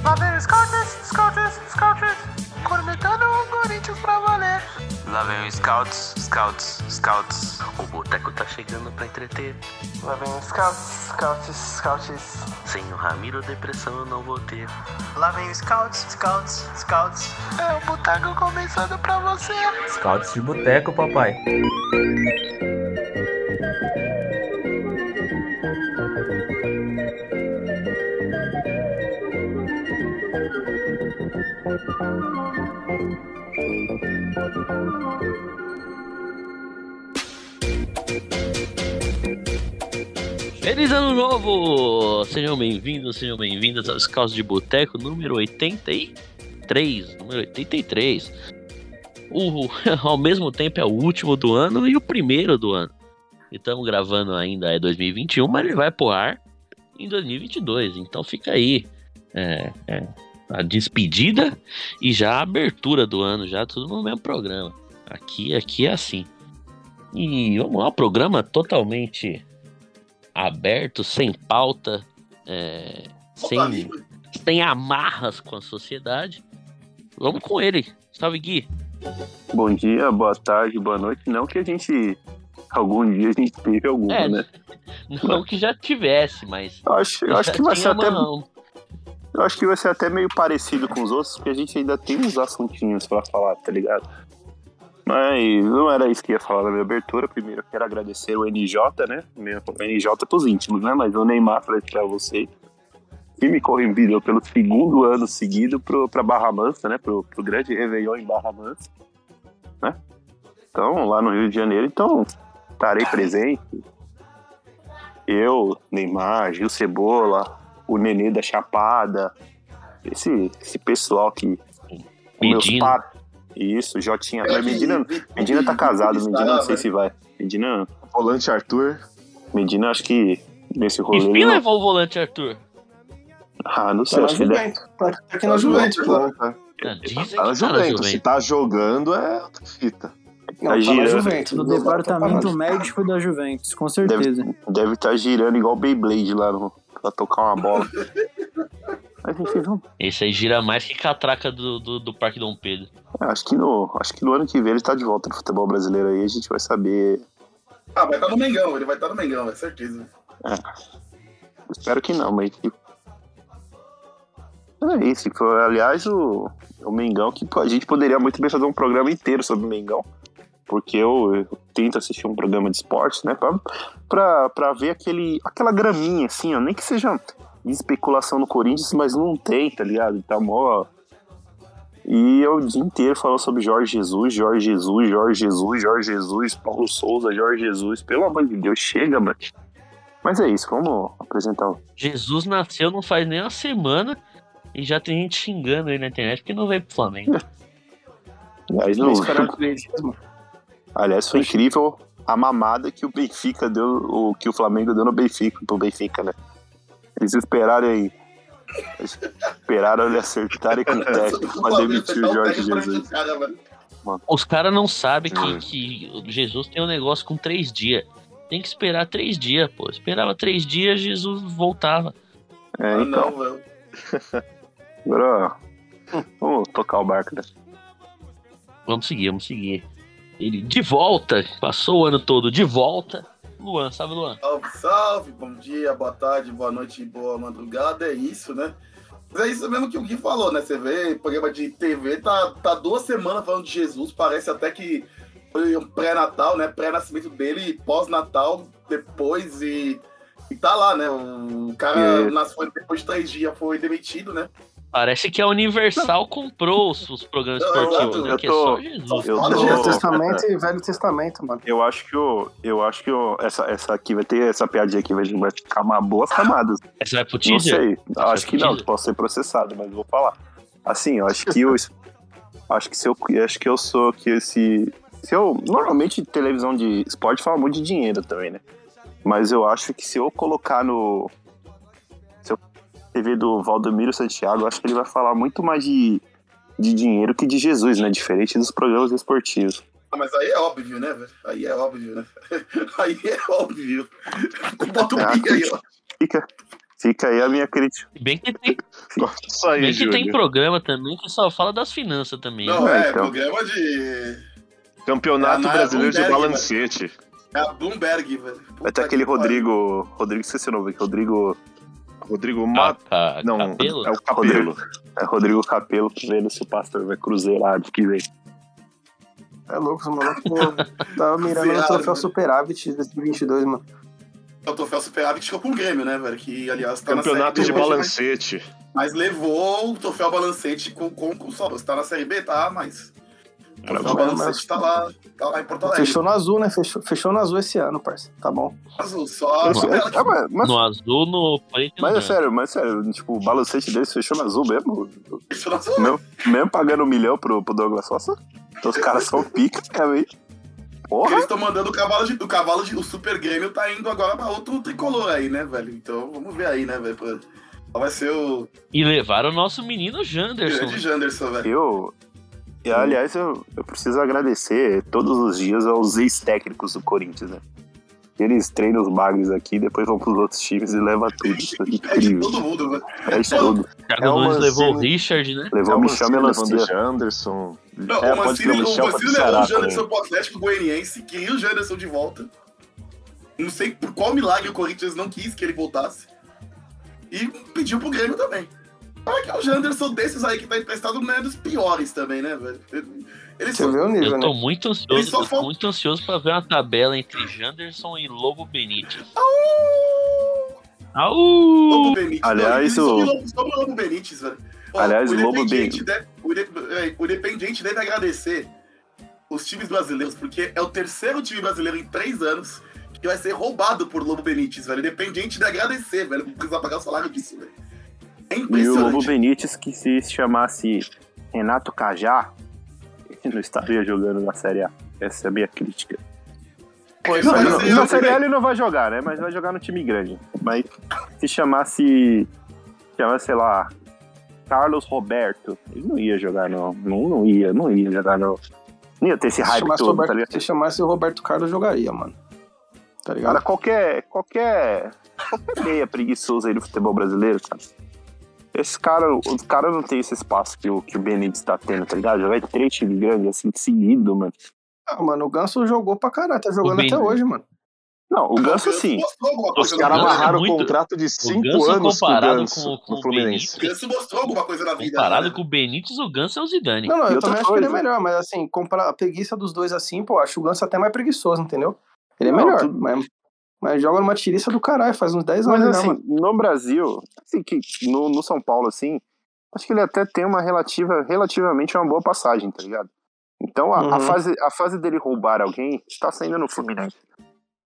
Scouts, Scouts, Scouts, cornetando o Corinthians pra valer. Lá vem o Scouts, Scouts, Scouts. O boteco tá chegando pra entreter. Lá vem o Scouts, Scouts, Scouts. Sem o Ramiro, depressão eu não vou ter. Lá vem o Scouts, Scouts, Scouts. É o boteco começando pra você. Scouts de boteco, papai. Feliz ano novo! Sejam bem-vindos, sejam bem-vindas aos Caos de Boteco número 83. Número 83. O, ao mesmo tempo é o último do ano e o primeiro do ano. E estamos gravando ainda é 2021, mas ele vai pro ar em 2022. Então fica aí é, é, a despedida e já a abertura do ano, já tudo no mesmo programa. Aqui, aqui é assim. E vamos lá, programa totalmente aberto, sem pauta, é, sem, sem amarras com a sociedade. Vamos com ele. Salve, Gui. Bom dia, boa tarde, boa noite. Não que a gente. Algum dia a gente teve alguma, É, né? Não que já tivesse, mas. Eu acho, eu acho já que vai tinha ser até. uma- Eu acho que vai ser até meio parecido com os outros, porque a gente ainda tem uns assuntinhos pra falar, tá ligado? Mas não era isso que eu ia falar na minha abertura. Primeiro eu quero agradecer o NJ, né? Meu- O NJ pros íntimos, né? Mas o Neymar pra, pra você. Que me convidou pelo segundo ano seguido pro, pra Barra Mansa, né? Pro, pro grande Réveillon em Barra Mansa. Né? Então, lá no Rio de Janeiro. Então, estarei presente. Eu, Neymar, Gil Cebola, o Nenê da Chapada, esse, esse pessoal que. Medina. pa- Isso, Jotinha. Mas Medina, Medina tá casado, Medina não sei se vai. Medina, Volante Arthur. Medina acho que nesse rolê. Enfim, ele não- levou o volante, Arthur. Ah, não Tá sei, na acho que deve. Juventus. Tá tá aqui na Juventus, lá. Tá Ah, Dizem que tá na tá na Juventus. Se assim. Juventus. tá jogando, é outra fita. Tá na girando. Juventus. Do Não, tá departamento parado. médico da Juventus, com certeza. Deve estar girando igual Beyblade lá no, pra tocar uma bola. Mas enfim, vamos. Esse aí gira mais que catraca do, do, do Parque Dom Pedro. É, Acho que, no, acho que no ano que vem ele tá de volta no futebol brasileiro aí, a gente vai saber. Ah, vai estar no Mengão, ele vai estar no Mengão, é certeza. Espero que não, mas. tipo, É isso. Foi, aliás, o, o Mengão, que a gente poderia muito bem fazer um programa inteiro sobre o Mengão. Porque eu, eu tento assistir um programa de esporte, né? Pra, pra, pra ver aquele, aquela graminha, assim, ó. Nem que seja de especulação no Corinthians, mas não tem, tá ligado? Tá mó. E eu o dia inteiro falando sobre Jorge Jesus, Jorge Jesus, Jorge Jesus, Jorge Jesus, Paulo Souza, Jorge Jesus. Pelo amor de Deus, chega, mano. Mas é isso, vamos apresentar o Jesus nasceu não faz nem uma semana e já tem gente xingando aí na internet porque não veio pro Flamengo. Aliás, não- Mas cara, aliás, foi incrível a mamada que o Benfica deu, o que o Flamengo deu no Benfica, pro Benfica, né? Eles esperaram aí. Eles esperaram ele acertarem com o É, técnico pra demitir o Jorge Jesus. Os caras não sabem que, que Jesus tem um negócio com três dias. Tem que esperar três dias, pô. Esperava três dias, Jesus voltava. É, ah, então, não, velho. agora ó, vamos tocar o barco, né? Vamos seguir, vamos seguir. Ele de volta, passou o ano todo de volta. Luan, sabe, Luan? Salve, salve, bom dia, boa tarde, boa noite, boa madrugada, é isso, né? Mas é isso mesmo que o Gui falou, né? Você vê, programa de TV tá, tá duas semanas falando de Jesus, parece até que foi um pré-natal, né? Pré-nascimento dele, pós-natal, depois e, e tá lá, né? O cara É. nasceu depois de três dias, foi demitido, né? Parece que a Universal comprou os, os programas Não, eu esportivos, tô- né? eu Que é tô- só Jesus. Eu Foda, tô- Jesus. Novo Testamento e Velho Testamento, mano. Eu acho que o, eu acho que o, essa, essa aqui vai ter essa piadinha aqui, vai, vai ficar uma boa camada. Essa vai pro Não teaser? é sei, acho que não, teaser? posso ser processado, mas vou falar. Assim, eu acho que eu acho que se eu acho que eu sou que esse se eu normalmente televisão de esporte fala muito de dinheiro também, né? Mas eu acho que se eu colocar no se eu TV do Valdomiro Santiago, eu acho que ele vai falar muito mais de, de dinheiro que de Jesus, né? Diferente dos programas esportivos. Ah, mas aí é óbvio, né, velho? Aí é óbvio, né? aí é óbvio. Bota o Ah, Gui aí, ó. Fica, Fica aí a minha crítica. Bem que tem, Gosto disso aí, bem que tem Júlio. programa também que só fala das finanças também. né? Não, É, é, então. programa de. Campeonato Ah, Brasileiro de Bloomberg, Balancete. É a Bloomberg, velho. Puta Vai ter aquele que pariu. Rodrigo. Rodrigo, esqueci o nome aqui. Rodrigo. Rodrigo Ah, Mato. ca- Não, cabelo? é o cabelo. É Rodrigo Capelo vendo se o pastor vai cruzeirar ano que vem. É louco, esse maluco pô, tava mirando no Zerado, troféu né? superávit desse 22, mano. É o troféu Superávit que ficou com o Grêmio, né, velho? Que, aliás, tá Campeonato na de série B, hoje, Balancete. Mas, mas levou o troféu Balancete com, com, com só. Você tá na Série B, tá, mas. O troféu mas- Balancete tá lá, tá lá em Porto Alegre. Fechou no azul, né? Fechou, fechou no azul esse ano, parça. Tá bom. Azul, só. só- Ah, mas, mas, No azul, no preto e no mas é branco. sério, mas é sério, tipo, o balancete deles fechou no azul mesmo. Fechou na sua. Mesmo, mesmo pagando um milhão pro, pro Douglas Sossa. Então os caras são pica, cara, hein? Porra! Eles estão mandando o cavalo de. O cavalo de. O Super Grêmio tá indo agora pra outro tricolor aí, né, velho? Então vamos ver aí, né, velho? pra- Qual vai ser o é- E levaram o nosso menino Janderson. grande Janderson, velho? Eu. e, aliás, eu, eu preciso agradecer todos os dias aos ex-técnicos do Corinthians, né? Eles treinam os bagres aqui, depois vão pros outros times e leva tudo. Isso é Pede incrível. todo mundo, velho. É tudo. O Thiago É o Nunes Mancini. levou o Richard, né? Levou É o Michel levando o Melancia. Janderson. Não, É, o pode crer, Mancini, o o Michel foi Mancini do levou Ceará o Janderson pro Atlético Goianiense, queria o Janderson de volta. Não sei por qual milagre o Corinthians não quis que ele voltasse. E pediu pro Grêmio também. Para que é o Janderson desses aí que tá emprestado não é dos piores também, né, velho? Ele Você só, vê o nível, Eu né? tô muito Ele ansioso, só tô falta- muito ansioso pra ver uma tabela entre Janderson e Lobo Benítez. Lobo Au! Benítez. Uh, Aliás, não, um- o- ele sobe Lobo- sobe o é Lobo Benítez, velho. Ó, Aliás, o Lobo Independiente deve- o Inde- é, O Independiente deve agradecer os times brasileiros, porque é o terceiro time brasileiro em três anos que vai ser roubado por Lobo Benítez, velho. Independente de agradecer, velho. Não precisa pagar o salário disso, velho. É E o Lobo impressionante. Benítez, que se chamasse Renato Cajá, ele não estaria jogando na Série A. Essa é a minha crítica. Ele é, Não, vai não, ser- na Série A ele não vai jogar, né? Mas vai jogar no time grande. Mas se chamasse, chamasse sei lá, Carlos Roberto, ele não ia jogar, não. Não, não ia, não ia jogar, não. Não ia ter esse Se hype chamasse, todo, tá Roberto, se ligado? chamasse o Roberto Carlos, jogaria, mano. Tá Cara, ligado? qualquer, qualquer, qualquer meia preguiçoso aí do futebol brasileiro, cara. Esse cara, os caras não tem esse espaço que o, que o Benítez tá tendo, tá ligado? Jogar em três times grandes, assim, seguido, mano. Ah, mano, o Ganso jogou pra caralho, tá jogando bem, até né? hoje, mano. Não, o é Ganso sim. mostrou alguma Os coisa na caras Ganso é vida. né? amarraram muito- o contrato de O 5 Ganso anos pro comparado Ganso, com- com no o O Fluminense. Ganso mostrou alguma coisa na vida. Comparado velho. com o Benítez, o Ganso é o Zidane. Não, não, E eu outra também acho que ele é coisa. melhor, mas assim, comparar a preguiça dos dois assim, pô, acho o Ganso até mais preguiçoso, entendeu? Ele é Não, melhor, tudo- mas, mas joga numa tiriça do caralho, faz uns 10 anos Mas já, assim, né, mano. no Brasil, assim, que no, no São Paulo, assim, acho que ele até tem uma relativa, relativamente uma boa passagem, tá ligado? Então a, a Uhum. fase, a fase dele roubar alguém tá saindo no Fluminense.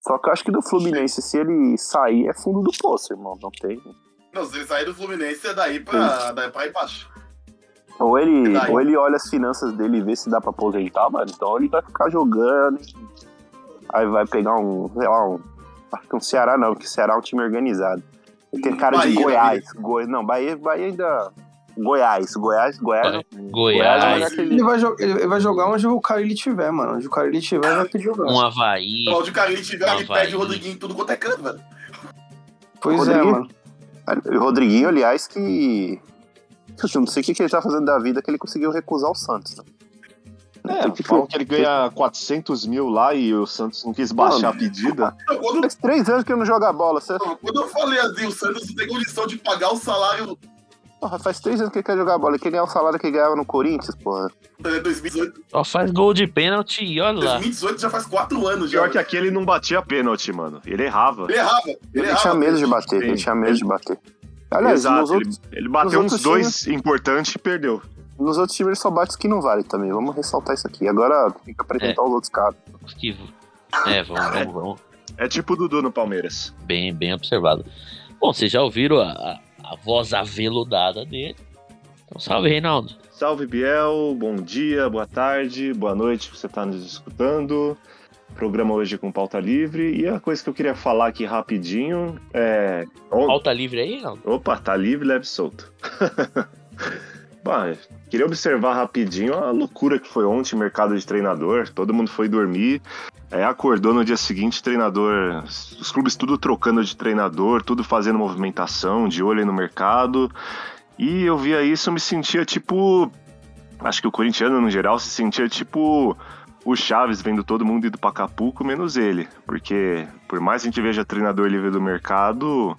Só que eu acho que do Fluminense, se ele sair, é fundo do poço, irmão. Não tem. Não, se ele sair do Fluminense, é daí pra, daí pra ir baixo. Ou ele, Verdade. ou ele olha as finanças dele e vê se dá pra aposentar, mano. Então ele vai ficar jogando. Aí vai pegar um, sei lá, um. Acho que um Ceará não, porque Ceará é um time organizado. Ele tem cara de Bahia, Goiás. Goi... Não, Bahia, Bahia ainda. Goiás, Goiás, Goiás. Bahia. Goiás é um Goiás, lugar que ele- Ele vai, jo- ele vai jogar onde o cara ele tiver, mano. Onde o cara ele tiver, ele vai pedir o Ganso. um Havaí. Então, onde o Carilli tiver, ele Havaí. pede o Rodriguinho em tudo quanto é canto, velho. Pois é, Rodrigo? mano. O Rodriguinho, aliás, que. Eu não sei o que, que ele tá fazendo da vida que ele conseguiu recusar o Santos. né? É, falam que ele ganha 400 mil lá e o Santos não quis baixar a pedida. Então, quando Faz três anos que ele não joga bola. Você... Não, Quando eu falei assim, o Santos não tem condição de pagar o salário Porra, faz três anos que ele quer jogar bola. Ele quer ganhar o salário que ele ganhava no Corinthians, porra. né, 2018, Só faz gol de pênalti e olha lá. 2018 já faz quatro anos já. Pior que aquele não batia pênalti, mano. Ele errava. Ele errava, ele Ele, tinha errava. medo de bater, ele Sim. tinha medo de bater. Aliás, nos, Exato, ele, outros, ele nos bateu uns outros dois importantes e perdeu. nos outros times ele só bate os que não vale também. Vamos ressaltar isso aqui. Agora tem que apresentar os outros caras. Que- É, vamos, vamos, vamos. É tipo o Dudu no Palmeiras. Bem, bem observado. Bom, vocês já ouviram a, a- a voz aveludada dele. Então, salve, Reinaldo. Salve, Biel. Bom dia, boa tarde, boa noite. Você está nos escutando. Programa hoje com pauta livre. E a coisa que eu queria falar aqui rapidinho é. on- Alta livre aí, Reinaldo? Opa, tá livre, leve e solto. bah, queria observar rapidinho a loucura que foi ontem o mercado de treinador. Todo mundo foi dormir, é, acordou no dia seguinte, treinador. Os clubes tudo trocando de treinador, tudo fazendo movimentação, de olho aí no mercado. E eu via isso, eu me sentia tipo. Acho que o corintiano, no geral, se sentia tipo o Chaves vendo todo mundo indo para Acapulco, menos ele. Porque, por mais que a gente veja treinador livre do mercado,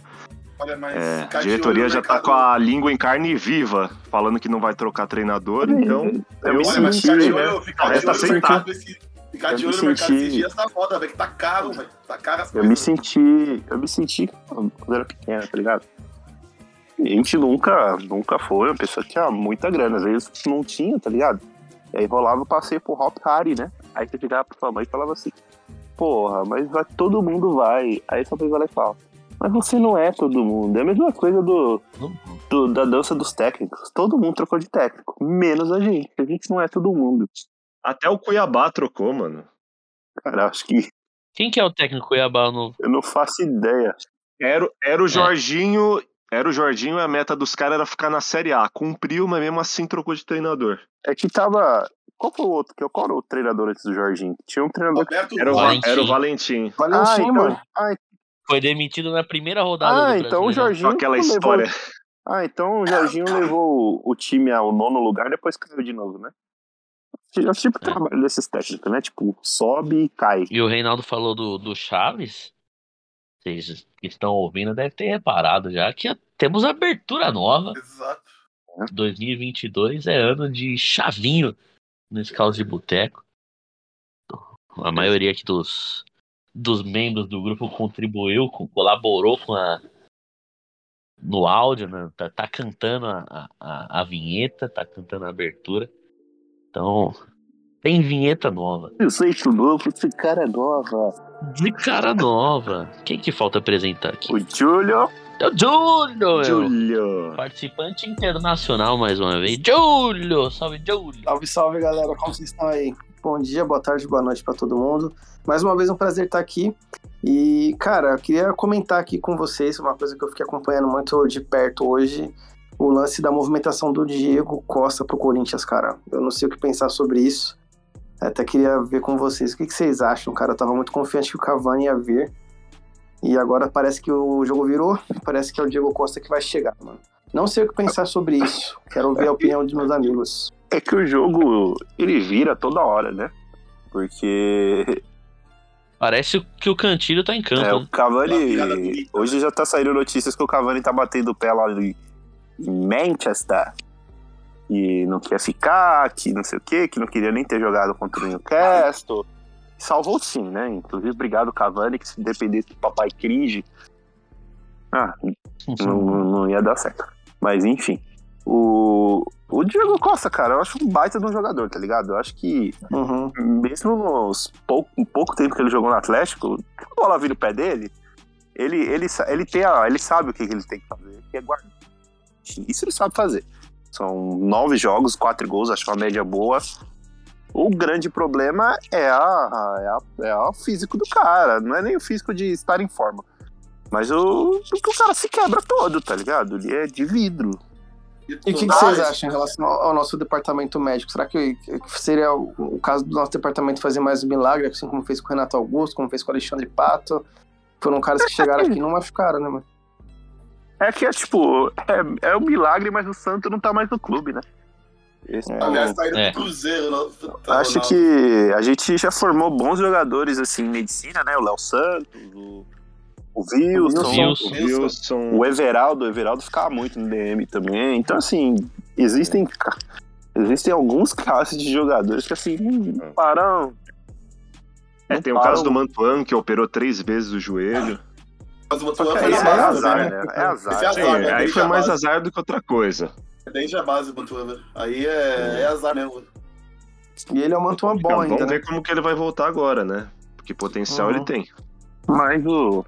Olha, mas é, a caiu diretoria no já tá mercado- com a língua em carne viva, falando que não vai trocar treinador, então. Eu me Olha, É, mas é senti, ficar de né? olho, ficar Parece de olho tá no mercado sentado. desse- Ficar Eu de me olho no mercado senti- esses dias tá foda, velho. que Tá caro, velho. Tá caro as Eu me coisas. senti. Eu me senti quando era pequena, tá ligado? A gente nunca, nunca foi uma pessoa que tinha muita grana. Às vezes não tinha, tá ligado? E aí rolava o passeio pro Hop Harry, né? Aí você chegava pra sua mãe e falava assim, porra, mas vai, todo mundo vai. Aí sua mãe vai lá e fala, mas você não é todo mundo. É a mesma coisa do, do- da dança dos técnicos. Todo mundo trocou de técnico, menos a gente. A gente não é todo mundo. Até o Cuiabá trocou, mano. Cara, acho que Quem que é o técnico Cuiabá novo? eu não faço ideia. Era, era o Jorginho. Era o Jorginho e a meta dos caras era ficar na Série A. Cumpriu, mas mesmo assim trocou de treinador. É que tava. Qual foi o outro? que- Qual era o treinador antes do Jorginho? Tinha um treinador. Roberto Era o, Va- Valentim. era o Valentim. Ah, Valentim, então, mano. ah, Foi demitido na primeira rodada Ah, do então o Brasileirão. Jorginho. Aquela levou- história. Ah, então o Jorginho levou o time ao nono lugar e depois caiu de novo, né? É o tipo de É. trabalho desses técnicos, né? Tipo, sobe e cai. E o Reinaldo falou do, do Chaves. Vocês que estão ouvindo devem ter reparado já que a- temos abertura nova. Exato. É. 2022 é ano de chavinho nesse caos de boteco. A maioria aqui dos, dos membros do grupo contribuiu, co- colaborou com a. No áudio, né? tá, tá cantando a, a- a, a vinheta, tá cantando a abertura. Então, tem vinheta nova. Eu sei que novo, esse cara é nova. De cara nova. Quem que falta apresentar aqui? O Júlio. É o Júlio! Júlio. Participante internacional mais uma vez. Júlio! Salve, Júlio! Salve, salve, galera. Como vocês estão aí? Bom dia, boa tarde, boa noite pra todo mundo. Mais uma vez, um prazer estar aqui. E, cara, eu queria comentar aqui com vocês uma coisa que eu fiquei acompanhando muito de perto hoje. O lance da movimentação do Diego Costa pro Corinthians, cara. Eu não sei o que pensar sobre isso. Até queria ver com vocês. O que, que vocês acham, cara? Eu tava muito confiante que o Cavani ia vir. E agora parece que o jogo virou. Parece que é o Diego Costa que vai chegar, mano. Não sei o que pensar sobre isso. Quero ouvir a opinião dos meus amigos. É que o jogo, ele vira toda hora, né? Porque Parece que o Cantilho tá em campo. É, né? o Cavani. Uma piada bonita. né? Hoje já tá saindo notícias que o Cavani tá batendo o pé lá em em Manchester. E não quer ficar, que não sei o quê, que não queria nem ter jogado contra o Newcastle. Salvou sim, né? Inclusive, obrigado, Cavani, que se dependesse do papai cringe, ah, não, Uhum. não ia dar certo. Mas enfim. O, o Diego Costa, cara, eu acho um baita de um jogador, tá ligado? Eu acho que Uhum. mesmo nos pouco, um pouco tempo que ele jogou no Atlético, a bola vira o pé dele, ele, ele, sa- ele, tem a- ele sabe o que que ele tem que fazer, que é guardar. Isso ele sabe fazer. São nove jogos, quatro gols, acho uma média boa. O grande problema é, a, a- é, a- é o físico do cara, não é nem o físico de estar em forma. Mas o, porque o cara se quebra todo, tá ligado? Ele é de vidro. E o que, que Ah, vocês isso- acham em relação ao ao nosso departamento médico? Será que que seria o o caso do nosso departamento fazer mais um milagre, assim como fez com o Renato Augusto, como fez com o Alexandre Pato? Foram caras que chegaram aqui e não machucaram, né, mano? É que é tipo, é, é um milagre, mas o Santo não tá mais no clube, né? Esse é, o- Aliás, saída É. do Cruzeiro. no- Puta, Acho Ronaldo. que a gente já formou bons jogadores assim em medicina, né? O Léo Santos, o, o Wilson, Wilson. Wilson. o Everaldo. O Everaldo ficava muito no DM também. Então, assim, existem, ca- existem alguns casos de jogadores que, assim, não param. É, não tem o param. caso do Mantuan, que operou três vezes o joelho. Mas o Só Botuan que foi aí na é base, azar, né? né? É azar. Esse é Sim, azar, né? aí Desde foi a mais base. azar do que outra coisa. Desde a base, o Botuan, velho. Aí é, é azar mesmo. E ele é um Mantua Então, bom vamos ainda, né? ver como que ele vai voltar agora, né? Porque potencial Uhum. ele tem. Mas o.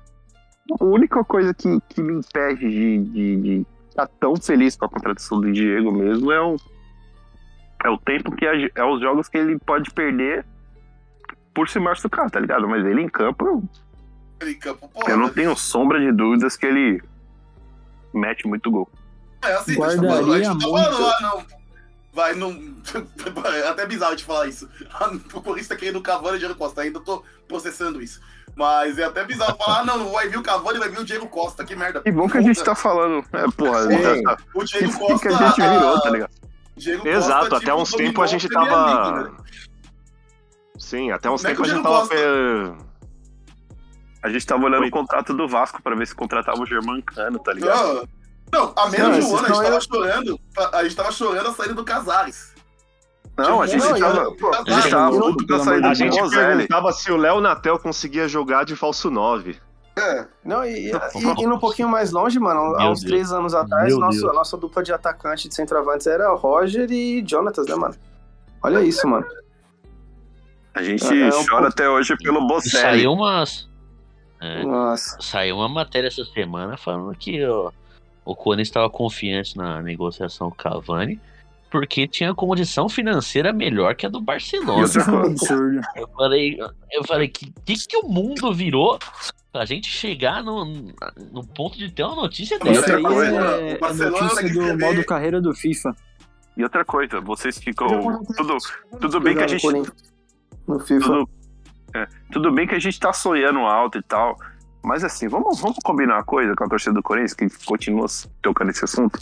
A única coisa que, que me impede de, de, de ficar tão feliz com a contratação do Diego mesmo é o, é o tempo que a- é os jogos que ele pode perder por se machucar, tá ligado? Mas ele em campo, Ele em campo, eu não porra. tenho sombra de dúvidas que ele mete muito gol. É assim, a gente tá falando- a Guardaria gente tá muito. falando lá no vai num. é até bizarro de falar isso. O Corinthians tá querendo o Cavani e o Diego Costa. Ainda tô processando isso. Mas é até bizarro falar, ah, não, não vai vir o Cavani, vai vir o Diego Costa. Que merda. Que bom que a gente tá falando. É, porra, Sim. tá- O Diego isso que Costa. ah, que a gente virou, tá ligado? Diego Exato, Costa, até tipo, uns tempos a dominou gente Premier tava. League, né? Sim, até uns Como é que tempos a o gente Diego tava. pe- A gente tava olhando Oi. o contrato do Vasco pra ver se contratava o Germancano, tá é. ligado? Não, não, há menos Não, de um esses ano a gente são tava eu- chorando. A, a gente tava chorando a saída do Casares. Não, a gente Não, tava. eu- A gente tava puto com a saída A do gente Bozelli. perguntava se o Léo Natel conseguia jogar de falso 9. Não, e, e, e indo um pouquinho mais longe, mano, há Meu uns Deus. três anos atrás, Meu nosso, Deus. a nossa dupla de atacante de centroavantes era o Roger e Jonatas, né, mano? Olha isso, mano. A gente É, é um chora pouco- até hoje pelo Bocelli. Saiu umas. É, Nossa. saiu uma matéria essa semana falando que ó, o Corinthians estava confiante na negociação com o Cavani porque tinha condição financeira melhor que a do E Barcelona. outra coisa, absurdo. Eu falei, eu falei que que, que o mundo virou pra gente chegar no, no ponto de ter uma notícia Mas E dessa? outra Isso aí coisa, é, o é Barcelona tem notícia que do escrever. modo carreira do FIFA. e outra coisa, vocês ficam. Tudo, tudo bem que a Jogando gente Corinthians No FIFA. Tudo, é, tudo bem que a gente tá sonhando alto e tal. Mas assim, vamos, vamos combinar uma coisa com a torcida do Corinthians, que continua tocando esse assunto.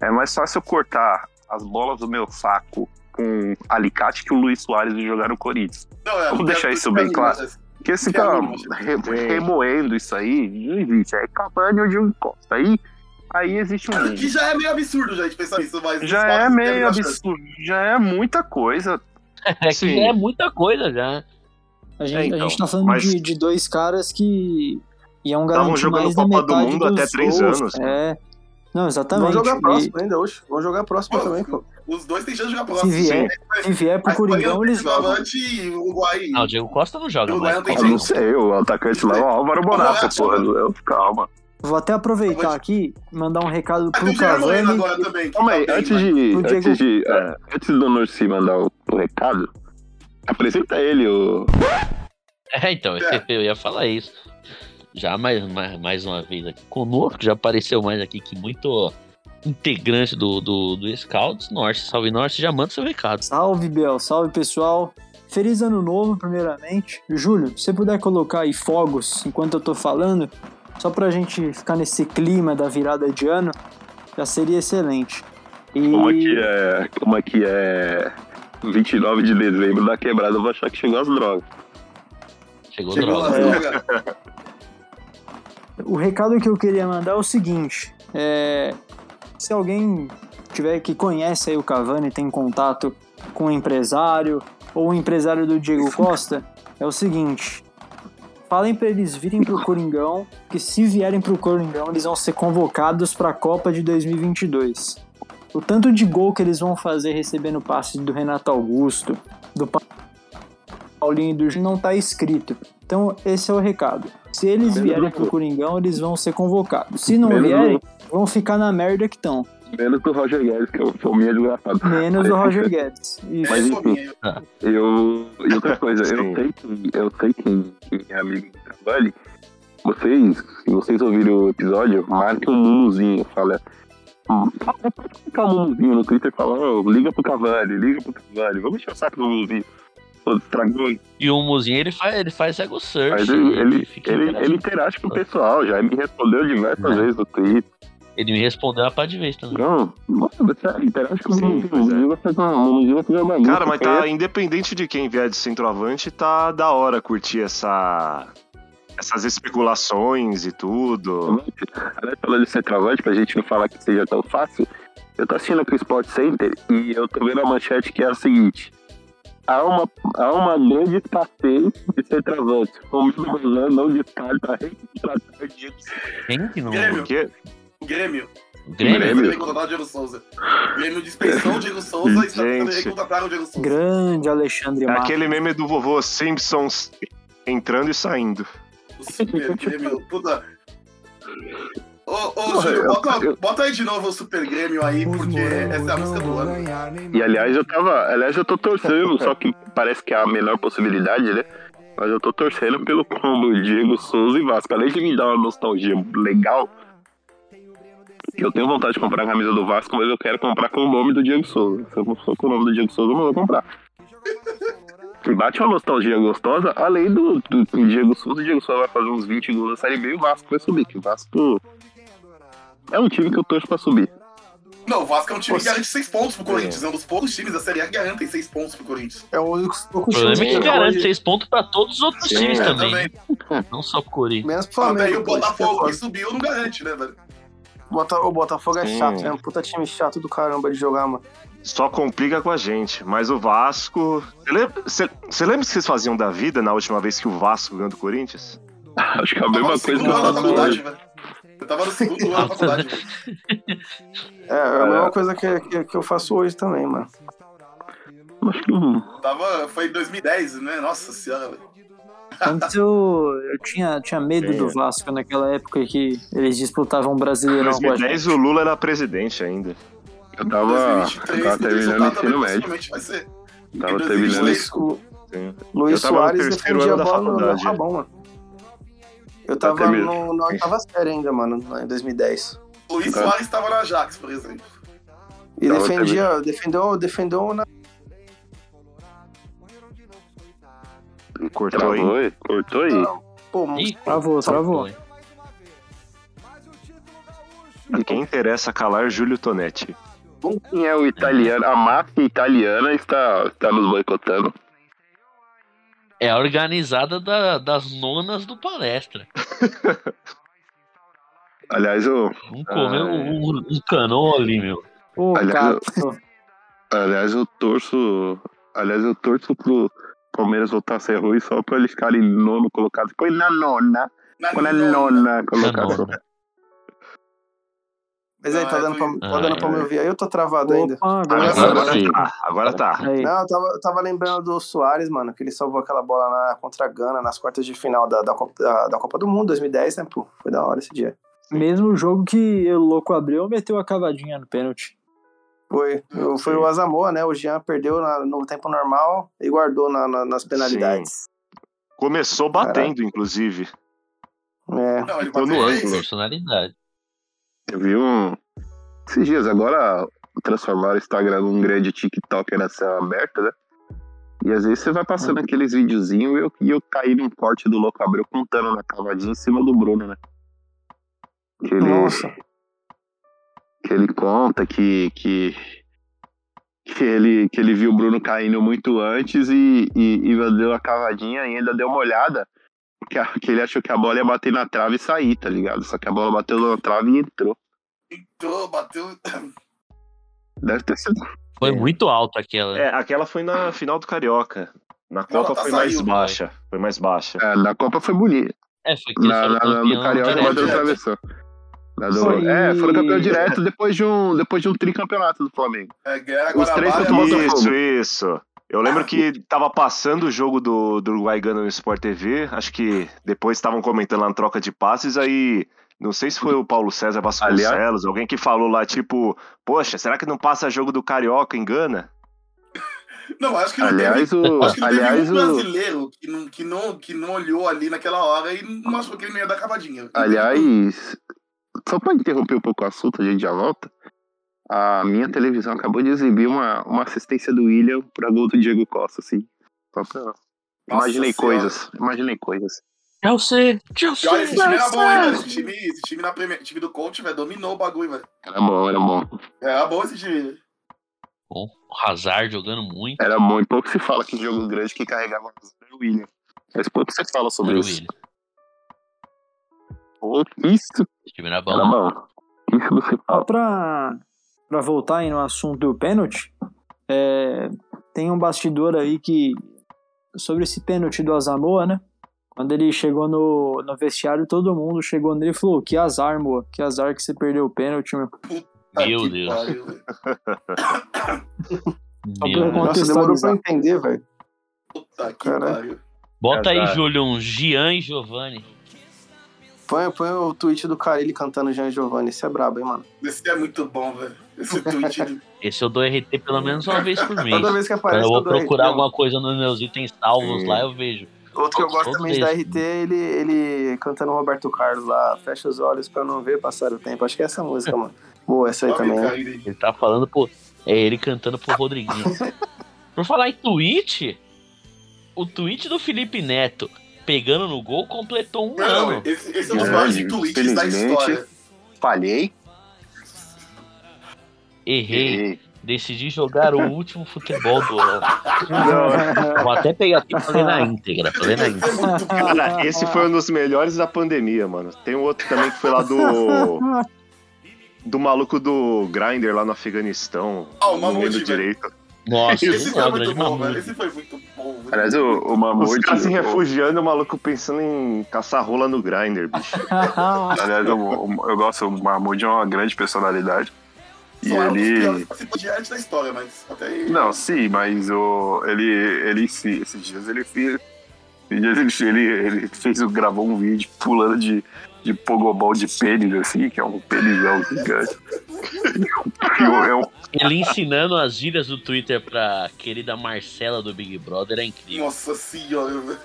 É mais fácil eu cortar as bolas do meu saco com alicate que o Luiz Soares de jogar no Corinthians. Não, é, Vamos deixar é- isso bem é- claro. Porque esse Que cara alívio. re- remoendo isso aí, não existe. É Cavani ou Diogo Costa. Aí, aí existe um Que já é meio absurdo, gente, pensar nisso, mas. Já Sport é teve meio bastante. absurdo, já é muita coisa. É que Sim. já é muita coisa já. A gente, É, então, a gente tá falando mas- de, de dois caras que iam Tavam garantir jogando mais da Copa do metade Mundo dos até três gols. anos, né? É. Não, Vamos exatamente. jogar E próximo ainda hoje. Vamos jogar próximo também, pô. Os dois têm chance de jogar se próximo. vier, se vier pro Coringão, eles jogam. Avante e o Uruguai. Ah, o Diego Costa não joga Eu mais. não entendi. Copa, não. sei, o atacante lá é o Álvaro Bonata, pô. Eu, calma. Vou até aproveitar aqui, mandar um recado Ah, tem pro o Gerard Moreno Cavani. agora também. que Calma aí, tá bem, antes mas- de, Pro antes, Diego- de é, antes do Nursi mandar o, o recado, apresenta ele, o. É, então, É. eu ia falar isso. Já mais, mais, mais uma vez aqui conosco, já apareceu mais aqui que muito integrante do, do, do Scouts Norte. Salve Norte, já manda seu recado. Salve, Bel. Salve, pessoal. Feliz ano novo, primeiramente. Júlio, se você puder colocar aí fogos enquanto eu tô falando, só pra gente ficar nesse clima da virada de ano, já seria excelente. E Como aqui é. Como aqui é. 29 de dezembro da quebrada, eu vou achar que chegou as drogas. Chegou, Chegou droga. lá, É. jogar. o recado que eu queria mandar é o seguinte: é, se alguém tiver que conhece aí o Cavani, tem contato com o empresário ou o empresário do Diego Costa, é o seguinte: falem pra eles virem pro Coringão, que se vierem pro Coringão, eles vão ser convocados pra Copa de 2022. O tanto de gol que eles vão fazer recebendo passe do Renato Augusto, do Pa- Paulinho e do Ju- não tá escrito. Então, esse é o recado. Se eles Primeiro vierem grupo. pro Coringão, eles vão ser convocados. Se não Primeiro vierem, vão ficar na merda que estão. Menos o Roger Guedes, que é o fominha desgraçado. Menos o Roger Guedes. Isso. Mas Pô, enfim, minha- eu. E outra coisa, eu Sim. sei que. Eu sei que, que é amigo que trabalha. Vocês, se vocês ouviram o episódio, marquem um mumuzinho, fala. "Hum, Pode clicar um mumuzinho no Twitter e falar, "Ô, liga pro Cavani, liga pro Cavani, vamos encher o saco do mumuzinho. Pô, Estragou E o Muzinho, ele faz, ele faz ego search. Mas ele, ele, fica ele, interagindo. ele interage com o pessoal, já me respondeu diversas Né? É. vezes no Twitter. Ele me respondeu a pá de vez também. Não, nossa, você interage com o Sim, Mundinho, o pois é. Mundinho vai fazer uma- o Mundinho vai fazer uma bagunça. Cara, mas Uhum. tá independente de quem vier de centroavante, tá da hora curtir essa. Essas especulações e tudo. Aliás, falando de centroavante, pra gente não falar que seja tão fácil, eu tô assistindo aqui o Sport Center e eu tô vendo a manchete que é a seguinte. Há uma, há uma grande escassez de centroavante. O Milo Bozan não descarta a recontratar Diego Quem que não? Grêmio. Porque O Grêmio. O Grêmio? Grêmio? Grêmio contratar o Diego Souza. O Grêmio dispensou o Diego Souza e está tentando Gente. recontratar o Diego Souza. Grande Alexandre é Matos. aquele meme do vovô Simpsons entrando e saindo. Super Grêmio, puta. Ô, ô, Porra, Júlio, eu- bota, eu- bota aí de novo o Super Grêmio aí, porque essa é a música do ano. E aliás, eu tava. Aliás, eu tô torcendo, só que parece que é a melhor possibilidade, né? Mas eu tô torcendo pelo combo Diego Souza e Vasco. Além de me dar uma nostalgia legal, Eu tenho vontade de comprar a camisa do Vasco, mas eu quero comprar com o nome do Diego Souza. Se eu não for com o nome do Diego Souza, eu não vou comprar. Bate uma nostalgia gostosa, além do, do, do Diego Souza, o Diego Souza vai fazer uns 20 gols na Série B e o Vasco vai subir. Que o Vasco é um time que eu torço pra subir. Não, o Vasco é um time que garante 6 pontos pro Corinthians. É um dos poucos times da Série A que garantem 6 pontos pro Corinthians. É o único O pouco problema é que garante seis pontos pra todos os outros Sim, times é, também. Não só pro Corinthians. Menos pro Até aí Flamengo. o pô, isso que é Botafogo que foda. subiu não garante, né, velho? Bota- O Botafogo é Sim. chato, é um puta time chato do caramba de jogar, mano. Só complica com a gente. Mas o Vasco. Você lembra, você- você lembra o que vocês faziam da vida na última vez que o Vasco ganhou do Corinthians? Acho que é a mesma no coisa segundo que eu ano da faço hoje. faculdade, velho. Eu tava no segundo ano da faculdade. velho. É, é a mesma coisa que, que, que eu faço hoje também, mano. Acho que o- Eu Tava, foi em 2010, né? Nossa senhora, velho. Antes eu, eu tinha, tinha medo É. do Vasco naquela época que eles disputavam o Em Brasileirão. com a gente. 2010 o Lula era presidente ainda. eu tava, eu 2023, tava o terminando o resultado ensino também médio. possivelmente vai ser. Tava 2023. Luiz- terminando Lu- Sim. Luiz Eu tava no Soares terceiro defendia a ano da bola no meu faculdade. Tá rabão, mano. Eu tava terminando. no, na oitava série ainda, mano, em 2010. Luiz Tá. Soares tava na Ajax, por exemplo. E Tava defendia, defendeu, defendeu na... Cortou aí. Travou aí? Cortou aí? Pô, Ih, Travou, travou. foi. A quem interessa calar Júlio Tonetti? Bom, Quem é o italiano? A máfia italiana está, está nos boicotando. É a organizada da- das nonas do palestra. Aliás, o, Um comeu um, um canô ali, meu. Ô, Aliás, Cato, aliás, eu torço. Aliás, eu torço pro Palmeiras voltar a ser ruim só pra eles ficarem nono colocado. Põe na nona. Na é Põe na né? nona Canona. colocação. mas aí Ah, tá eu é dando pra, tô- tá dando pra me ouvir. Aí eu tô travado ainda. opa, agora, é Agora sim. tá, agora Ah, tá. Aí. Não, eu tava, eu tava lembrando do Soares, mano, que ele salvou aquela bola na, contra a Gana nas quartas de final da, da, Copa, da, da Copa do Mundo 2010, né, pô? Foi da hora esse dia. Mesmo jogo que o louco abriu, meteu a cavadinha no pênalti. Foi, o- foi o Azamoa, né? O Jean perdeu na- no tempo normal e guardou na- na- nas penalidades. Começou batendo, inclusive. É. Não, ele Ficou no bateu ângulo. três. Personalidade. Eu vi um. Esses dias agora transformaram o Instagram num grande TikToker na cena aberta, né? E às vezes você vai passando aqueles videozinhos e eu, e eu caí num corte do Louco Abreu contando na cavadinha em cima do Bruno, né? Que ele, Nossa. que ele conta que, que, que, ele, que ele viu o Bruno caindo muito antes e, e, e deu a cavadinha e ainda deu uma olhada. Que, a- que ele achou que a bola ia bater na trave e sair, tá ligado? Só que a bola bateu na trave e entrou. Entrou, bateu. Deve ter sido Foi muito alto aquela. É, aquela foi na final do Carioca. Na Ela Copa tá foi mais saindo, baixa. Foi mais baixa. É, na Copa foi bonito. É, foi que eles Na, foram na, na, no campeão tá Carioca direto. bateu no direto. travessão. Na do- Foi- É, foram campeão direto depois de um, depois de um tricampeonato do Flamengo. É, Guerra Os três Guarabara. Tá contra o mas- Botafogo. Isso, isso. Eu lembro que tava passando o jogo do, do Uruguai Gana no Sport TV, acho que depois estavam comentando lá na troca de passes, aí não sei se foi o Paulo César Vasconcelos, alguém que falou lá, tipo, poxa, será que não passa jogo do Carioca em Gana? Não, acho que não teve. Aliás, o. Acho que não teve Aliás, um o. brasileiro que não, que, não, que não olhou ali naquela hora e não achou que ele não ia dar cavadinha. Aliás, só pra interromper um pouco o assunto, a gente já volta. A minha televisão acabou de exibir uma, uma assistência do William pra gol do Diego Costa, assim. Só pra. Imaginei Senhora. coisas. Imaginei coisas. Chelsea, E olha, esse Chelsea, time era bom, hein, velho? Chelsea. Esse time, esse time, na primeira, time do coach, velho, dominou o bagulho, velho. Era bom, era bom. Era bom esse time. Bom, o Hazard jogando muito. Era muito pouco se fala que um jogo grande que carregava era o William. Mas pouco se fala É sobre Era o isso. né, Willian. Isso Esse time era bom. era bom. Isso não se Só fala. pra, pra voltar aí no assunto do pênalti, é, tem um bastidor aí que. Sobre esse pênalti do Azamoa, né? Quando ele chegou no, no vestiário, todo mundo chegou nele e falou: "Oh, Que azar, Moa, que azar que você perdeu o pênalti, meu. Tá Meu que Deus. pariu, velho. Meu pra- Deus. Nossa, demorou pra eu entender, velho. Puta que Caralho. pariu. Bota aí, Hazard. Julião, Gian e Giovanni. Põe, põe o tweet do Carilli cantando Jean Giovanni. Isso é brabo, hein, mano. Esse é muito bom, velho. Esse tweet de Esse eu dou RT pelo menos uma vez por mês. Toda vez que Quando aparece, Então eu vou todo procurar arrepiado. alguma coisa nos meus itens salvos lá, eu vejo. um Outro que eu gosto Outro também da mesmo. RT, ele, ele cantando Roberto Carlos lá, fecha os olhos pra não ver passar o tempo. Acho que é essa música, mano. Boa, essa aí também. né? Ele tá falando pro. É ele cantando pro Rodriguinho. Por falar em tweet, o tweet do Felipe Neto pegando no gol completou um Não, ano. esse, esse é um dos Não, maiores tweets da infelizmente. história. Falhei. Errei. errei. Decidi jogar o último futebol do ano. Não, Vou até pegar aqui pra ler na íntegra. Pra ler na íntegra. Cara, esse foi um dos melhores da pandemia, mano. Tem um outro também que foi lá do. Do maluco do Grinder lá no Afeganistão. Ah, o não Mamute, lembro velho. direito. Nossa, Esse esse foi é um muito grande bom, velho. mamuco. Esse foi muito bom. velho. Aliás, o, o Os Mamute. caras se o- refugiando, o maluco pensando em caçar rola no Grinder, bicho. Aliás, eu, eu gosto, o Mamute é uma grande personalidade. E Só é um dos ele. piores participantes da história, mas até aí. Não, sim, mas o, ele, ele se- esses dias ele fez. esses dias Ele, ele, ele fez, gravou um vídeo pulando de, de pogobol de pênis, assim, que é um pênisão gigante. Eu- eu- Ele ensinando as gírias do Twitter pra querida Marcela do Big Brother é incrível. Nossa senhora, velho.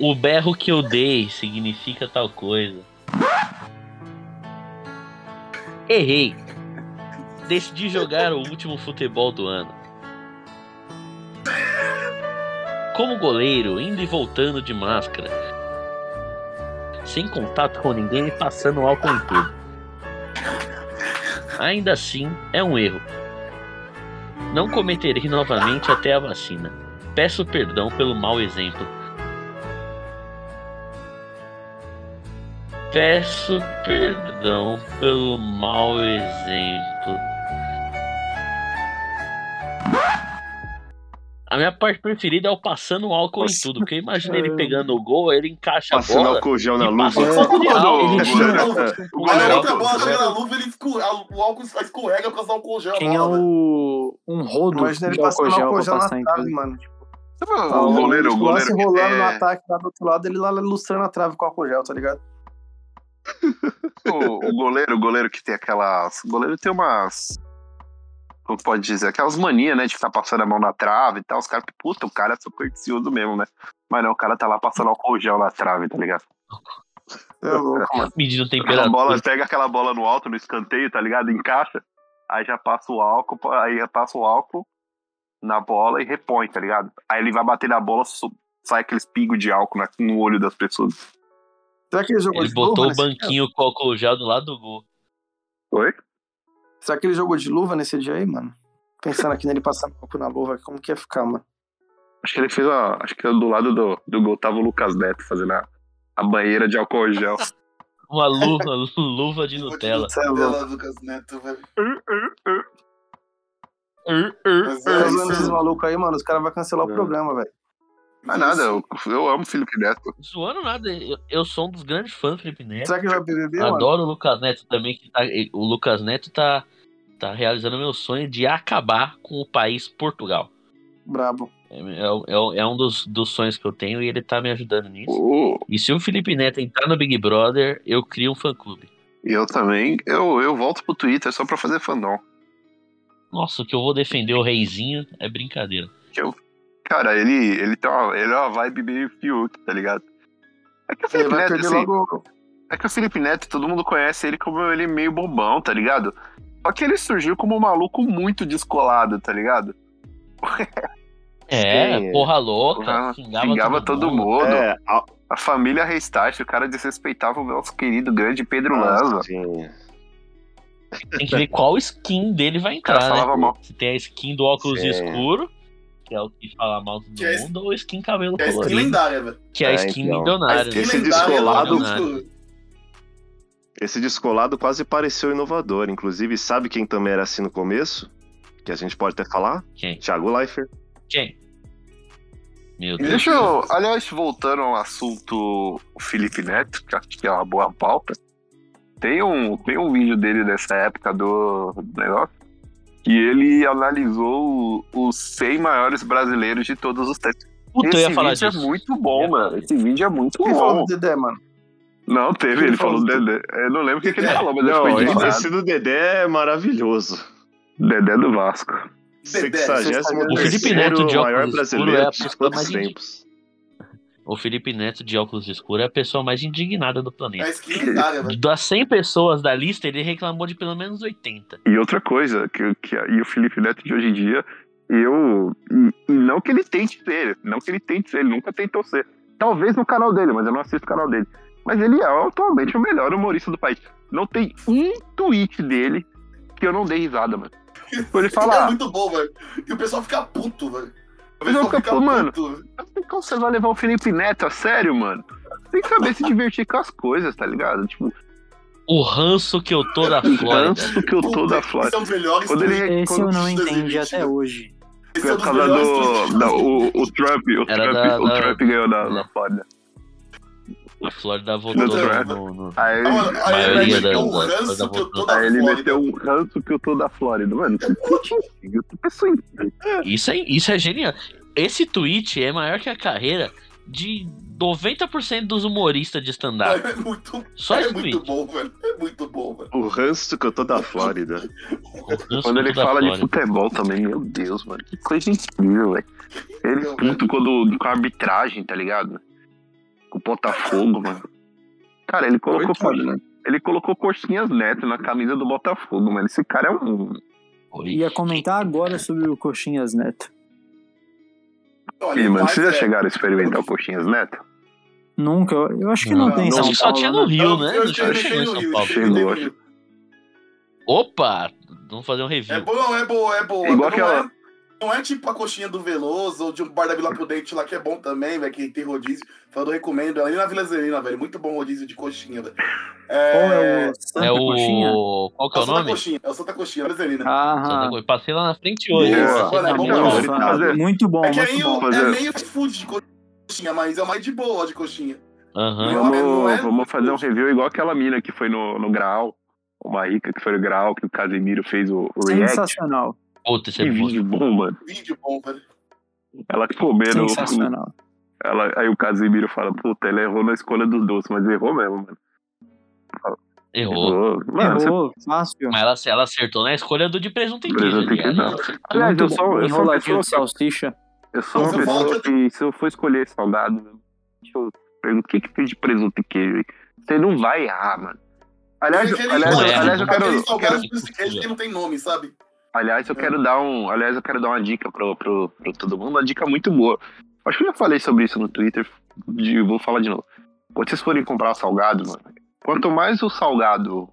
O berro que eu dei significa tal coisa. Errei. Decidi jogar o último futebol do ano. Como goleiro, indo e voltando de máscara. Sem contato com ninguém e passando álcool em tudo. Ainda assim, é um erro. Não cometerei novamente até a vacina. Peço perdão pelo mau exemplo. Peço perdão pelo mau exemplo. A minha parte preferida é o passando álcool em tudo, porque eu imagino ele pegando o gol, ele encaixa a Passando bola. álcool gel na e É. luva. passa um pouco de álcool, ele O tira goleiro- é um Aí a pouco de outra álcool. bola chega na luva, ele escorre- a- o álcool escorrega pra usar o congel. Quem é o. Um rodo. Imagina ele de passando álcool gel álcool pra gel na é passar em tudo. trave, mano. Tipo, Sabe o goleiro, o lance goleiro. que rolando no é- ataque lá do outro lado, ele lá lustrando a trave com álcool gel, tá ligado? o, o goleiro, o goleiro que tem aquelas. O goleiro tem umas. Como pode dizer? Aquelas manias, né? De ficar passando a mão na trave e tal. Os caras, puta, o cara é super ansioso mesmo, né? Mas não, o cara tá lá passando álcool gel na trave, tá ligado? É louco, mano. Medindo A bola, assim, temperatura. pega aquela bola no alto, no escanteio, tá ligado? Encaixa. Aí já passa o álcool, aí já passa o álcool na bola e repõe, tá ligado? Aí ele vai bater na bola, su- sai aqueles pingos de álcool na- no olho das pessoas. Será que ele jogou Ele de né? luva? botou o nesse dia? banquinho com o álcool gel do lado do gol. Oi? Será que ele jogou de luva nesse dia aí, mano? Pensando aqui nele passando álcool na luva, como que ia ficar, mano? Acho que ele fez uma. Acho que é do lado do, do gol tava o Lucas Neto fazendo a, a banheira de álcool gel. Uma luva, luva de Nutella. Você é louco. Nutella, Lucas Neto, velho. Ur, ur. Mas é, Tá zoando isso esses é- malucos aí, mano, os caras vão cancelar o Não. programa, velho. Mas nada, eu, eu amo Felipe Neto. Zoando nada, eu, eu sou um dos grandes fãs do Felipe Neto. Será que ele vai BBB, mano? Adoro o Lucas Neto também, que tá, o Lucas Neto tá, tá realizando meu sonho de acabar com o país Portugal. Brabo. É, é- é- é um dos, dos sonhos que eu tenho e ele tá me ajudando nisso. O- E se o Felipe Neto entrar no Big Brother, eu crio um fã clube. E eu também. Eu, eu volto pro Twitter só pra fazer fandom. Nossa, o que eu vou defender o reizinho é brincadeira. Cara, ele, ele, tem uma, ele é uma vibe meio Fiuk, tá ligado? É que o Ele Felipe vai Neto, perder assim, logo. É que o Felipe Neto, todo mundo conhece ele como ele meio bobão, tá ligado? Só que ele surgiu como um maluco muito descolado, tá ligado? É, Sim, é. porra louca, Porra, xingava, Xingava todo mudo. É, a- A família Restart, o cara desrespeitava o nosso querido grande Pedro Lanza. Sim. Tem que ver qual skin dele vai cara entrar, né? falava mal. Se tem a skin do óculos Sim. escuro, que é o que fala mal do Que é a mundo, ou a skin cabelo Que é a skin colorido, lendária, velho. que é a Ah, É, skin então. A milionária. né? skin Esse lendária é descolado- maluco. Esse descolado quase pareceu inovador. Inclusive, sabe quem também era assim no começo? Que a gente pode até falar? Quem? Thiago Leifert. Quem? Meu Deus. Deixa eu, aliás, voltando ao assunto Felipe Neto, que acho que é uma boa pauta. Tem um, tem um vídeo dele dessa época do negócio que ele analisou o- os 100 maiores brasileiros de todos os tempos. Puta, eu Esse ia falar vídeo disso. é muito bom, mano. Esse vídeo é muito Quem falou bom. do Dedé, mano? Não, teve, ele, falou Dedé. Eu não lembro o que, que ele falou, mas eu Não, fui esse, indignado. esse do Dedé é maravilhoso. Dedé do Vasco. Dedé. O Felipe 63 Neto de óculos maior escuro brasileiro é a de pessoa todos mais os tempos. o Felipe Neto de óculos escuros é a pessoa mais indignada do É né? planeta. esquinitária, velho. Das 100 pessoas da lista, ele reclamou de pelo menos 80. E outra coisa, que, que e o Felipe Neto de hoje em dia, eu. E, e não que ele tente ser, não que ele tente ser, ele nunca tentou ser. Talvez no canal dele, mas eu não assisto o canal dele. Mas ele é atualmente o melhor humorista do país. Não tem um tweet dele que eu não dei risada, mano. Tipo, Ele É fala, muito bom, velho. E o pessoal fica puto, velho. O Mas eu pessoal fico, fica mano, puto. Como você vai levar o Felipe Neto a sério, mano? Tem que saber se divertir com as coisas, tá ligado? Tipo, O ranço que eu tô da o Flórida. ranço que eu tô da Esse Flórida. é um dos melhores Quando ele- né? Esse eu não Quando- entendi até hoje. Esse é um Por dos causa melhores do. tweets. da- o, o Trump, o Era Trump, da- o da- Trump ganhou da, da Flórida. A Flórida votou no, Draft. no, no- Aí, Ah, mano, aí ele maioria meteu da- um da- ranço da que eu tô votação. da Aí ele Flórida. meteu um ranço que eu tô da Flórida. Mano, que mentira, que pessoa incrível. Isso é, isso é genial. Esse tweet é maior que a carreira de 90% dos humoristas de stand-up. É muito, Só é esse muito tweet. bom, velho. É muito bom, velho. O ranço que eu tô da Flórida. Eu sou Quando ele da fala de Flórida. futebol também, meu Deus, mano. Que coisa incrível, velho. Ele puto quando, com a arbitragem, tá ligado? Com o Botafogo, mano. Cara, ele colocou, né? Coitado, cor- ele colocou Corsinhas Neto na camisa do Botafogo, mano. Esse cara é um. Ia comentar agora sobre o Coxinhas Neto. Olha, Ih, mano, mas vocês já é- chegaram a experimentar o Corsinhas Neto? Nunca, eu eu acho que não, Não, tem em não, São Acho que só Paulo. tinha né? no Rio, Eu- né? eu Não tinha- experimentei tinha em no São Rio, Paulo. experimentei no Chegou. Rio. Opa! Vamos fazer um É review. bom, é bom, é bom. É igual Não aquela- é- Não é tipo a coxinha do Veloso ou de um bar da Vila Prudente lá que é bom também, velho, que tem rodízio. Falando, eu recomendo. Ali na Vila Zelina, velho. Muito bom rodízio de coxinha, velho. Qual é o Santa É Coxinha? o. Qual que é É o o Santa nome? Coxinha, é o Santa Coxinha, Vila Zelina. Ah, Santa Coxinha. Passei lá na frente hoje. tá Boa. Passei na Mano, é minha bom. hoje. Nossa, muito bom, É que é muito bom. meio, fazer- é meio fast food de coxinha, mas é mais de boa de coxinha. Aham. Não, mas não é- Vamos, vamos fazer um review igual aquela mina que foi no, no Graal, uma rica que foi no Graal, que o Casemiro fez o o react. Sensacional, Puta, esse é Que bom. vídeo bom, mano. Vídeo bom, velho. Ela comendo. sensacional. Ela, aí o Casemiro fala, puta, ela errou na escolha dos doces, mas errou mesmo, mano. Errou. Errou. Mano, você Errou, fácil. Mas ela, ela acertou na escolha do de presunto e queijo. Presunto e aliás. queijo. Ela acertou. Aliás, eu sou, eu sou uma Enroladinho assim. pessoa, assim. de salsicha. eu sou uma Você pessoa volta- que, se eu for escolher salgado, mano, deixa eu perguntar o que, que tem de presunto e queijo aí? Você não vai errar, mano. Aliás, Aquele- aliás, Não erra, aliás, eu não. quero, Aqueles eu quero salgados que- aqueles que não tem nome, sabe? Aliás, eu quero dar um. Aliás, eu quero dar uma dica pro, pro, pro todo mundo, uma dica muito boa. Acho que eu já falei sobre isso no Twitter, de- vou falar de novo. Quando vocês forem comprar salgado, mano, quanto mais o salgado.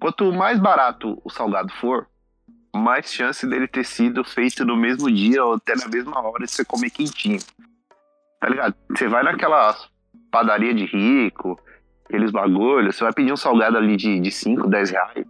Quanto mais barato o salgado for, mais chance dele ter sido feito no mesmo dia ou até na mesma hora de você comer quentinho. Tá ligado? Você vai naquela padaria de rico, aqueles bagulhos, você vai pedir um salgado ali de, de 5, 10 reais.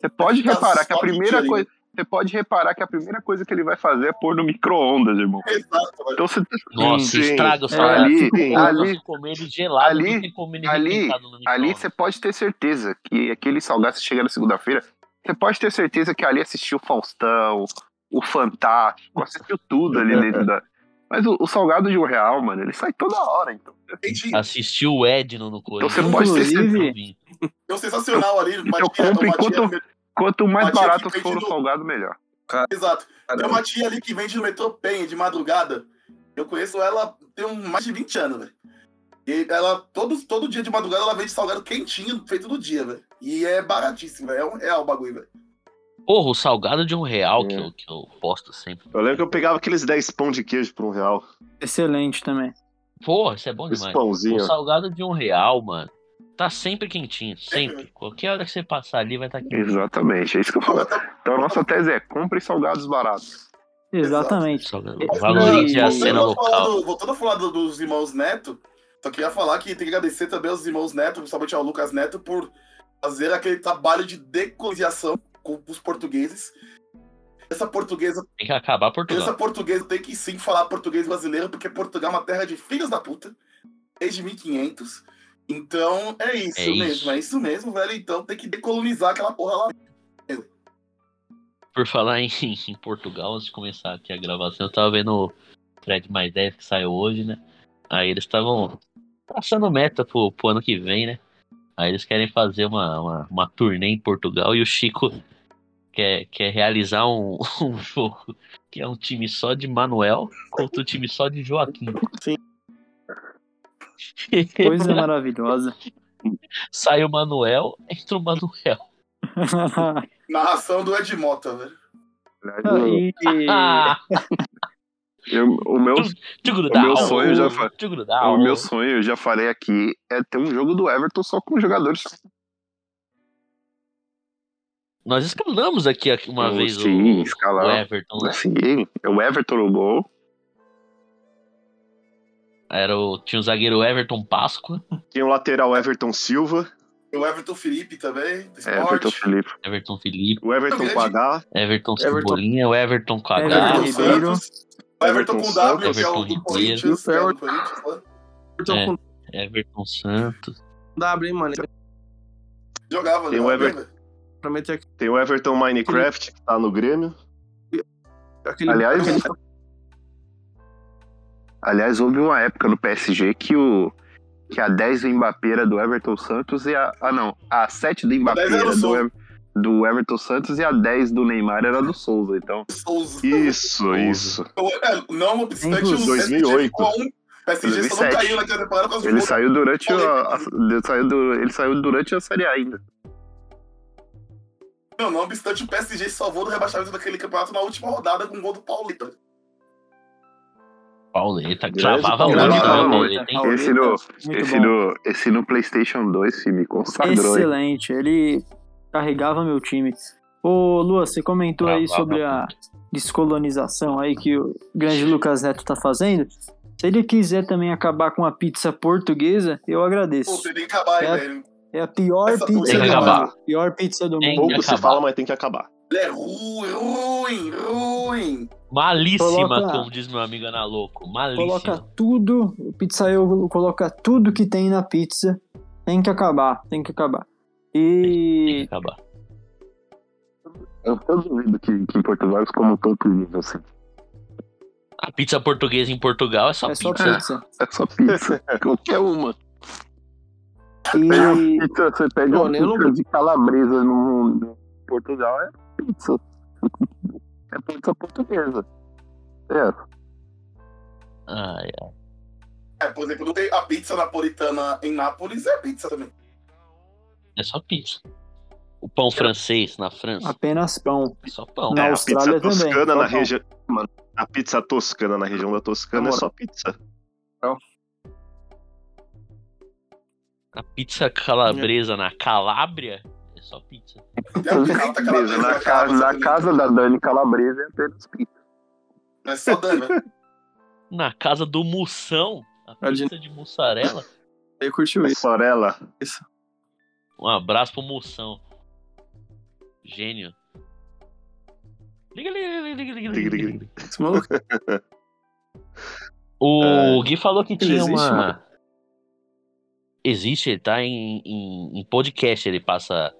Você pode Tá reparar que a só primeira mentira, coisa. Você pode reparar que a primeira coisa que ele vai fazer é pôr no micro-ondas, irmão. Exato, velho. Então você Nossa, Sim, sim. estraga o salgado. ali, sim. Ali, ali, se comer ele gelado, ali- não tem como ele ali- requentado no ali micro-ondas. você pode ter certeza que aquele salgado se chega na segunda-feira, você pode ter certeza que ali assistiu o Faustão, o Fantástico, assistiu tudo ali dentro da. Mas o, o salgado de um real, mano, ele sai toda hora, então. Gente, Assistiu o Edno no Corinthians. Então você pode ter certeza. é um sensacional ali. Então compre enquanto- Quanto mais Mas tinha barato que for o pedir no- salgado, melhor. Exato. Tem Caramba. uma tia ali que vende no metrô Penha de madrugada. Eu conheço ela tem um- mais de 20 anos, velho. E ela, todo, todo dia de madrugada, ela vende salgado quentinho, feito no dia, velho. E é baratíssimo, velho. É um real o bagulho, velho. Porra, o salgado de um real que, É. eu, que eu posto sempre. Eu lembro que eu pegava aqueles 10 pão de queijo por um real. Excelente também. Porra, isso é bom Esse demais. O pãozinho. salgado de um real, mano, tá sempre quentinho, sempre. Qualquer hora que você passar ali vai tá estar quentinho. Exatamente, é isso que eu falo. Então a nossa tese é: compre salgados baratos. Exatamente. Salgado. Esse- Valorize a Voltando cena a falar local. do- voltando a falar do- dos irmãos Neto, só queria falar que tem que agradecer também aos irmãos Neto, principalmente ao Lucas Neto, por fazer aquele trabalho de decolonização com os portugueses. Essa portuguesa, Tem que acabar essa Portugal. portuguesa tem que sim falar português brasileiro, porque Portugal é uma terra de filhos da puta, desde 1500. Então, é isso É mesmo, isso. é isso mesmo, velho. Então tem que decolonizar aquela porra lá. Por falar em, em Portugal, antes de começar aqui a gravação, eu tava vendo o Fred Mais 10 que saiu hoje, né? Aí eles estavam traçando meta pro, pro ano que vem, né? Aí eles querem fazer uma, uma, uma turnê em Portugal e o Chico quer, quer realizar um, um jogo que é um time só de Manuel contra um time só de Joaquim. Sim. Coisa maravilhosa. Sai o Manuel, entra o Manuel. Narração do Ed Mota, velho. Aí, né? Eu- o meu, Tchugurudau, O meu sonho já fa- tchugurudau. o meu sonho, eu já falei aqui, é ter um jogo do Everton só com jogadores Nós escalamos aqui aqui uma Sim, vez o, sim, o escalamos. Everton, né? Sim, é o Everton no gol. Era o, tinha o zagueiro Everton Páscoa, Tem o lateral Everton Silva, O Everton Felipe também, do É, Everton esporte. Felipe. Everton Felipe, o Everton Grande. com H, Everton Everton- Cebolinha, o Ah, Everton com H, Everton Everton Ribeiro. Santos. O Everton com Everton W, Santos, que é o do Everton Corinthians. que é do Ribeiro. Corinthians, né? Everton É. com um Everton Santos. W, hein, mano. Eu Jogava, Tem o jogava, Everton. né? prometo que tem o Everton Minecraft, que tá no Grêmio. aquele- Aliás, aquele- Aliás, houve uma época no PSG que o que a 10 do Mbappé era do Everton Santos e a ah não, a 7 do Mbappé 10 era era do do, Souza. Ev- do Everton Santos e a 10 do Neymar era do Souza, então. Souza. Isso, isso. É, Não obstante, o 2008. PSG ficou um. PSG só não 2007. caiu naquela temporada por causa do Ele gol. saiu durante a, a- ele saiu du- ele saiu durante a Série A ainda. Não, não obstante, o PSG salvou do rebaixamento daquele campeonato na última rodada com o gol do Paulita. Pauleta, Grande cravava muito, Pauleta. né, Cravava Pauleta, hein? Pauleta, Esse no- muito Esse bom. no, esse no PlayStation 2 se me consagrou. hein? Excelente, ele carregava meu time. Ô, Lua, você comentou aí Travava sobre a descolonização aí que o grande Lucas Neto tá fazendo. Se ele quiser também acabar com a pizza portuguesa, eu Pô, agradeço. tem que acabar, hein, É. velho. É a pior Essa pizza tem que do acabar. mundo. Pior pizza do Tem mundo. que Pouco se acabar. fala, mas tem que acabar. Ele é ruim, ruim, ruim. Malíssima, Coloca- como diz meu amigo Ana Louco. Malíssima. Coloca tudo, o pizzaiolo coloca tudo que tem na pizza. Tem que acabar, tem que acabar. Tem que E acabar. Eu, eu duvido que, que em Portugal eles comam tanto nível assim. A pizza portuguesa em Portugal é só é só pizza. pizza. É só pizza, qualquer uma. E Pizza, você pede Não, uma nem pizza lugar. de calabresa no, no Portugal, é pizza. É pizza portuguesa. É, Ai, ai. É, por exemplo, não tem a pizza napolitana em Nápoles é pizza também. é só pizza. O pão francês na França apenas pão. é só pão. Na É, a Austrália pizza também. toscana na Total. região. Mano, a pizza toscana na região da Toscana é só pizza. A pizza calabresa na Calábria é só pizza. Tem a pizza calabresa na, na ca- casa, na né? casa da Dani Calabresa é apenas pizza. É só dano, né? Na casa do Moção, a Adi- pizza de mussarela. Ele curtiu isso. Sorella. Um abraço pro Moção. Gênio. Liga, liga, liga, liga, liga, liga, liga, liga. Esse maluco O Gui falou que tinha existe, uma. mano. Existe, ele tá em, em, em podcast, ele passa,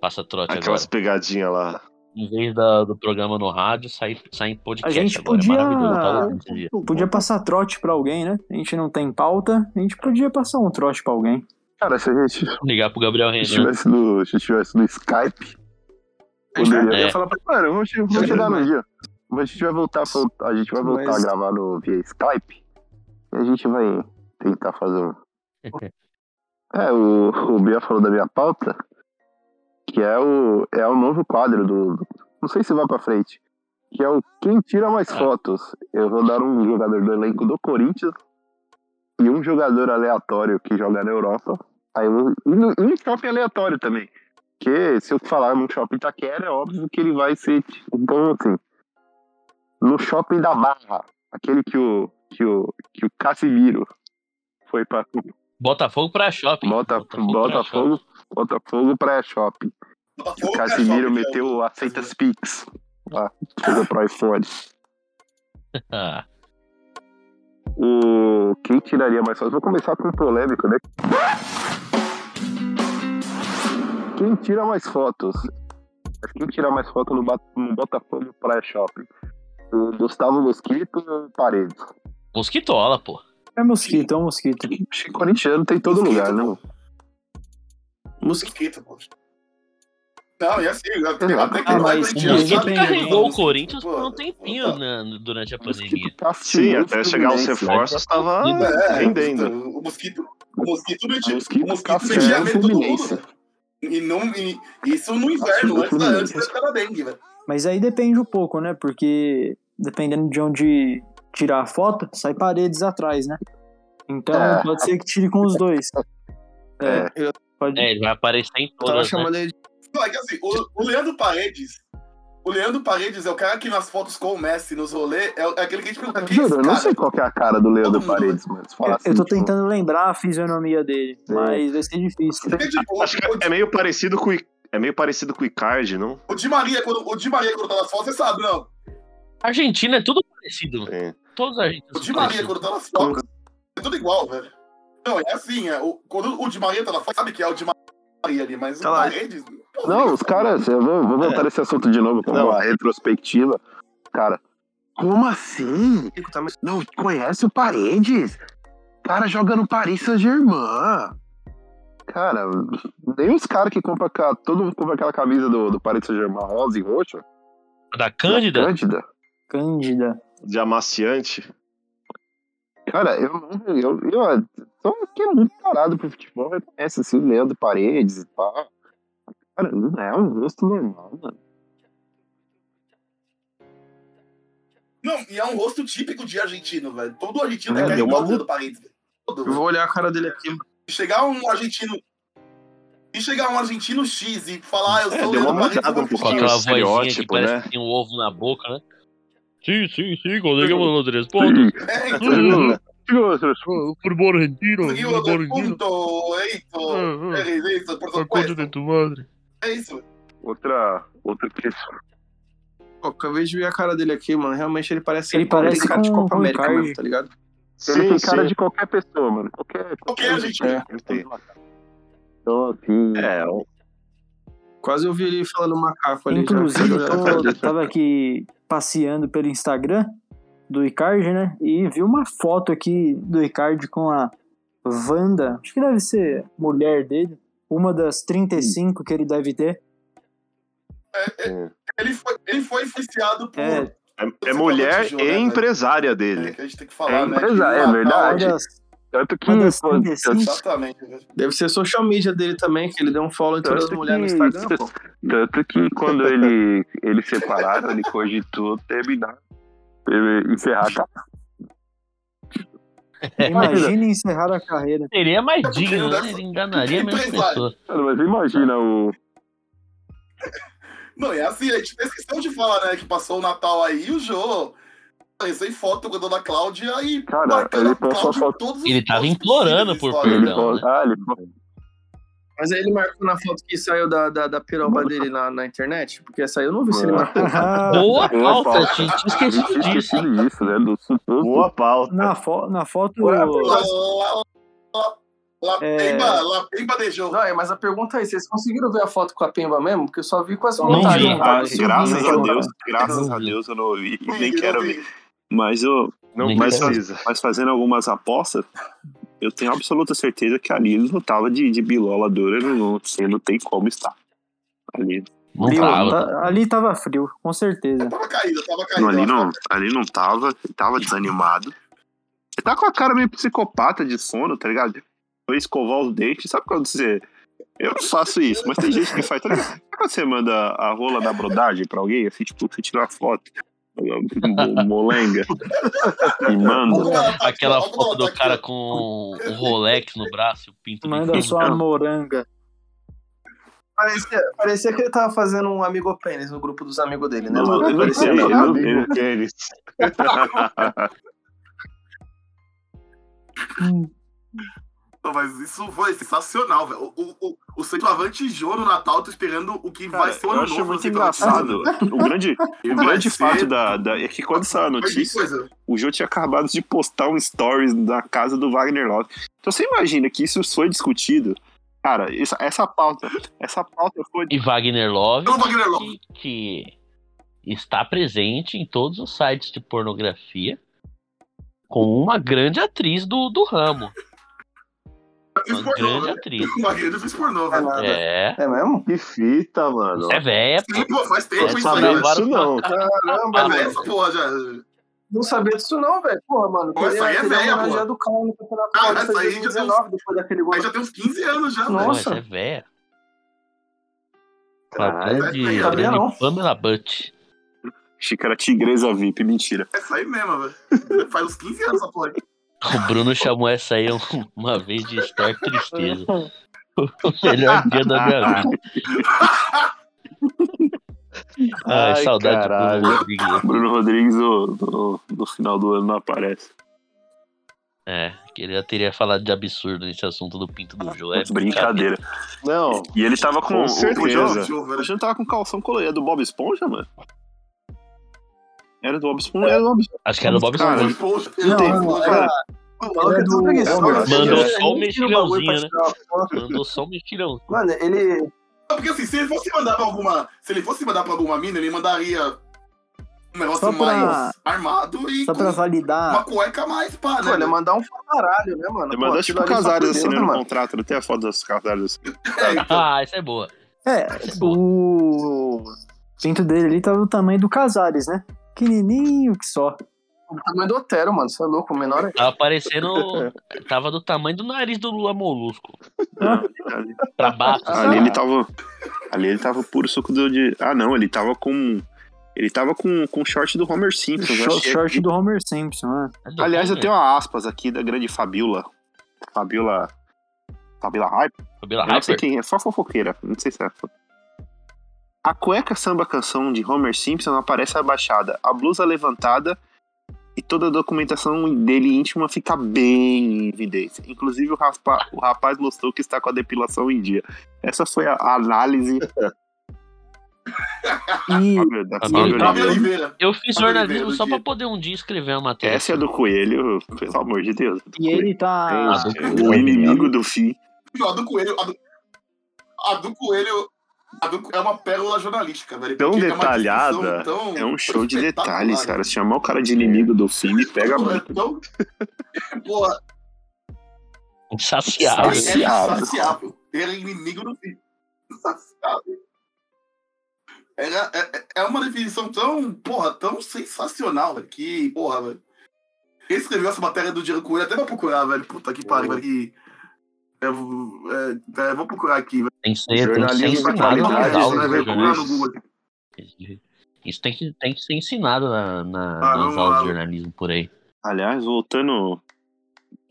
passa trote agora. Ah, Aquelas pegadinhas lá. Em vez da- do programa no rádio, sai, sai em podcast A gente agora. podia- É maravilhoso, tá ouvindo esse dia. Podia passar trote pra alguém, né? A gente não tem pauta, a gente podia passar um trote pra alguém. Cara, se a gente Ligar pro Gabriel Renan. estivesse no, se estivesse no Skype, poderia. É. ia falar pra Mano, vamos, che- vamos Eu chegar no também. dia. Mas a gente vai voltar, a fal- a, gente vai voltar Mas- a gravar no, via Skype e a gente vai tentar fazer um. É, o, o Bia falou da minha pauta, que é o, é o novo quadro do. do- Não sei se vai pra frente. Que é o Quem Tira Mais Ah. Fotos. Eu vou dar um jogador do elenco do Corinthians e um jogador aleatório que joga na Europa. Aí eu, e no- e um shopping aleatório também. Porque se eu falar no shopping Itaquera, é óbvio que ele vai ser. tipo, Então, assim. No shopping da Barra, aquele que o, que o, que o Casimiro foi pra Botafogo pra shopping. Bota, assim pra shopping. Botafogo, Botafogo pra shopping. Botafogo O é Casimiro shopping, meteu o aceita as Pix. Lá, chega pro iPhone. Ah, O... Quem tiraria mais fotos? Vou começar com um polêmico, né? Quem tira mais fotos? Mas Quem tirar mais fotos no, Bat- no Botafogo Praia Shopping? O Gustavo Mosquito ou Paredes? mosquitola, pô. É mosquito, é um mosquito. Acho que corintiano tem em todo lugar, né? Mosquito, pô. Não, e assim, até, até que Ah, vai mas pro O Tinha Mosquito também, carregou né? o Corinthians por um Pô, tempinho né, durante a pandemia. Sim, até chegar os reforços. reforços tava É, rendendo. O mosquito, o mosquito, O né? Mosquito o mosquito capturou metia o medo de todo Fluminense. mundo. E não, e- isso no inverno, Capturou o antes da, Fluminense. antes da dengue, velho. Mas aí depende um pouco, né? Porque dependendo de onde tirar a foto, sai paredes atrás, né? Então É. pode ser que tire com os dois. É, pode. É, ele vai aparecer em Eu tava todas, né? chamando ele de Não, é que assim, o, o Leandro Paredes. O Leandro Paredes é o cara que nas fotos com o Messi nos rolê é, o- é aquele que a gente pergunta quem é esse Juro, eu não cara? sei qual que é a cara do Leandro Todo mundo. Paredes, mano. Se falar Eu, assim, eu tô tipo, tentando lembrar a fisionomia dele, É. mas vai ser difícil. Porque, tipo, Acho que é meio parecido com o I- é meio parecido com o Icardi, não? o, Di Maria, quando, o Di Maria, quando tá nas fotos, você sabe, não. Argentina é tudo parecido, mano. É. Todos os O argentinos Di são Maria, parecidos. quando tá nas fotos, é tudo igual, velho. Não, é assim, é, o- quando o Di Maria tá na foto, sabe que é o Di Maria ali, mas Tá o lá. Paredes. pô, Não, os caras, eu vou, vou voltar nesse assunto de novo, como Não. a retrospectiva. Cara, como assim? Kiko, tá? Mas Não conhece o Paredes? Cara joga no Paris Saint-Germain. Cara, nem os caras que compram ca- todo mundo compra aquela camisa do, do Paris Saint-Germain rosa e roxa. Da Cândida? Cândida. Cândida. De amaciante. Cara, eu não. Eu, eu, só fiquei muito parado pro futebol, reconhece assim, Leandro Paredes e pá. Cara, não é um rosto normal, mano. Não, e é um rosto típico de argentino, velho. Todo argentino É, é, deu carregado uma do Leandro Paredes, velho. Todo, eu velho. vou olhar a cara dele aqui. Se chegar um argentino. Se chegar um argentino X e falar, "Ah, eu sou É, o deu uma Leandro Paredes. eu mudada vou um Com pouquinho. aquela vozinha que Estereótipo, parece né? que tem um ovo na boca, né? Sim, sim, sim, conseguimos os três pontos. É, Futebol argentino, conseguiu outro ponto, é isso. É isso, por supuesto. tu madre. É isso. Outra, outra questão. Pô, acabei de ver a cara dele aqui, mano. Realmente ele parece Ele parece tem cara de com- um Copa com o América, Icardi. mesmo, tá ligado? Ele Sim, tem cara sim. de qualquer pessoa, mano. Qualquer, Qualquer argentino. É. Entendi. Então, assim. É, Quase eu vi ele falando macaco ali. já. tá Inclusive, Já- eu tô- tava aqui passeando pelo Instagram do Icardi, né? E vi uma foto aqui do Icardi com a Wanda, acho que deve ser mulher dele, uma das 35 que ele deve ter. Ele foi, ele foi influenciado por. É, é, é mulher e empresária dele. É, que a gente tem que falar, É né? empresário, Que é verdade. uma Natal- das, Tanto que. uma Hum, das pô, 35 Exatamente, né? velho. Deve ser social media dele também, que ele deu um follow em todas as Tanto mulheres que- no Instagram, pô. Tanto que quando ele, ele separaram, ele cogitou terminar. ele Encerrar a carreira. Imagina encerrar a carreira. Seria mais porque digno, não dá- né? Ele enganaria porque menos empresário. pessoas. Cara, mas imagina o. Não, é assim, a gente fez questão de falar, né? Que passou o Natal aí e o Jô. Apareceu em foto com a dona Cláudia e. Cara, marcando ele a Cláudia postou em foto- todos os Ele tava posts implorando possíveis, por história. Ele Não, falou, né? ah, ele falou, Mas aí ele marcou na foto que saiu da, da, da piroba dele na, na internet, porque essa aí eu não vi se ele marcou. Ah, Boa Boa falta, falta. gente. Tinha "A gente esquecido tinha disso. esquecido disso, né? Do suposto. Boa pauta. Na, fo na foto. Lá, lá, lá, lá, É. pemba, lá, pemba de jogo. Não, é, mas a pergunta é, vocês conseguiram ver a foto com a Pemba mesmo? Porque eu só vi com as Não montagens. vi, né? Ah, um Eu só vi, graças né? a Deus, graças a Deus eu não ouvi, nem quero ver. Mas eu, Não Nem quero precisa. mas fazendo algumas apostas, eu tenho absoluta certeza que ali não tava de, de bilola dura, não, não, sei, não tem como estar. Ali Não Viu? tava. Tá- ali tava frio, com certeza. Tava caído, tava caído. Não, ali, eu não, acho que ali não tava, ele tava desanimado. Ele tá com a cara meio psicopata de sono, tá ligado? Foi escovar os dentes, sabe quando você. Eu não faço isso, mas tem gente que faz. Tá ligado? Sabe quando você manda a rola da brodagem pra alguém, assim, tipo, você tira uma foto, mo- molenga, e manda. tava- Aquela tava- foto tá do tava- cara com o Rolex no braço e o pinto de Manda sua então. moranga. Parecia, parecia que ele tava fazendo um amigo pênis no grupo dos amigos dele, né, Não, mano? não Parecia- sei. Amigo tênis. Não, mas isso foi sensacional, velho. O, o, o, o centroavante Jô no Natal, tô esperando o que vai ser então. o eu ano acho novo. muito engraçado. O grande, o grande fato da, da- é que quando saiu a notícia, Coisa. o Jô tinha acabado de postar um stories da casa do Wagner Love. Então você imagina que isso foi discutido. Cara, essa, essa pauta, essa pauta foi E Wagner Love, Não, Wagner Love. que, que está presente em todos os sites de pornografia com uma grande atriz do, do ramo. fez Uma pornô, grande né? atriz. Magneto fez pornô, velho. É, É mesmo? Que fita, mano. é véia, pô. Sim, pô, faz tempo Não isso aí, sabia velho. disso, não. Tá Mas Caramba, é velho. essa porra já. Não sabia disso não, velho. Porra, mano. Pô, isso aí é velha, pô. Já do cara no Campeonato Ah, Paulista essa aí de já 2019, depois daquele gol. Aí já tem uns 15 anos já, Pô, velho. Nossa. essa é véia. Uma Caralho. grande, é Sabia grande não. Pamela Butt. Achei que era tigresa VIP, mentira. É isso aí mesmo, velho. Faz uns 15 anos essa porra. aqui. O Bruno chamou essa aí um- uma vez de estar tristeza. O melhor dia da minha vida. Ai, Ai, saudade caralho. do Bruno Rodrigues. Bruno Rodrigues no, no- no final do ano não aparece. É, que ele já teria falado de absurdo nesse assunto do pinto do É Joé. Brincadeira. Não, E ele tava com. Com o- O certeza. João, Beleza. Jogo, o velho. João tava com calção colorido. É do Bob Esponja, mano? Era do Bob Esponja? Era do Bob Esponja. Acho que era o Bob Cara, Esponja. Poxa, Não, tenho- não, Cara, era- Ele é do- Mandou Ele é só um tira o bagulho pra mexilhãozinho, né? tirar uma foto. Mandou só um mexilhão. Mano, ele. Porque assim, se ele fosse mandar pra alguma. Se ele fosse mandar pra alguma mina, ele mandaria um negócio Só pra- mais armado e Só com pra validar. uma cueca a mais, pá, né? Olha, mandar um pra caralho, né, mano? Ele Pô, mandou aquilo tipo ali só casares por assim, né? Deus, No contrato. Ele tem a foto das casares assim. É, então. Ah, essa é boa. É, o pinto dele ali tava do tamanho do Casares, né? Pequenininho que só. O tamanho Tá do Otero, mano. Você é louco, o menor é. Tava parecendo. Tava do tamanho do nariz do Lula Molusco. ali, Pra baixo. Ah, ali ele tava. Ali ele tava puro suco do. De, ah, não. Ele tava com. Ele tava com com o short do Homer Simpson. eu Short, achei short aqui. do Homer Simpson, né? Aliás, eu tenho uma aspas aqui da grande Fabiola. Fabiola. Fabiola Hype. Fabiola Eu não sei Hyper. quem é, só fofoqueira. Não sei se é. fo- A cueca samba canção de Homer Simpson aparece abaixada, a blusa levantada e toda a documentação dele íntima fica bem em evidência. Inclusive, o, raspa- o rapaz mostrou que está com a depilação em dia. Essa foi a análise Ah, E Fábio- da Fábio Fábio Oliveira. Fábio Oliveira. é Oliveira. Eu fiz Fábio jornalismo Oliveira, só do pra dia. poder um dia escrever uma matéria. Essa é do Coelho, pelo amor de Deus. do E ele tá. Ah, Coelho. O inimigo do fim. A do Coelho. A do, a do Coelho. A do, é uma pérola jornalística, velho. Tão Porque é uma detalhada, discussão tão É um show de espetacular, detalhes, cara. Se chamar o cara de inimigo do fim, me pega Porra, muito. é tão- Porra, Insaciável. é Saciável. insaciável. Ele é inimigo do fim. Insaciável. Era, é, é uma definição tão, porra, tão sensacional, velho. Que, porra, velho. Quem escreveu essa matéria do Diego Coelho até vou procurar, velho. Puta que pariu, velho. que- Eu, vou- é, é, vou procurar aqui, velho. Tem que ser, tem que ser Jornalismo Não, ensinado de não, nas qualidade, não, aulas né, de velho? Procurar no jornalismo. Google. Isso tem que, tem que ser ensinado na, na- Ah, nas vamos aulas lá. de jornalismo por aí. Aliás, voltando.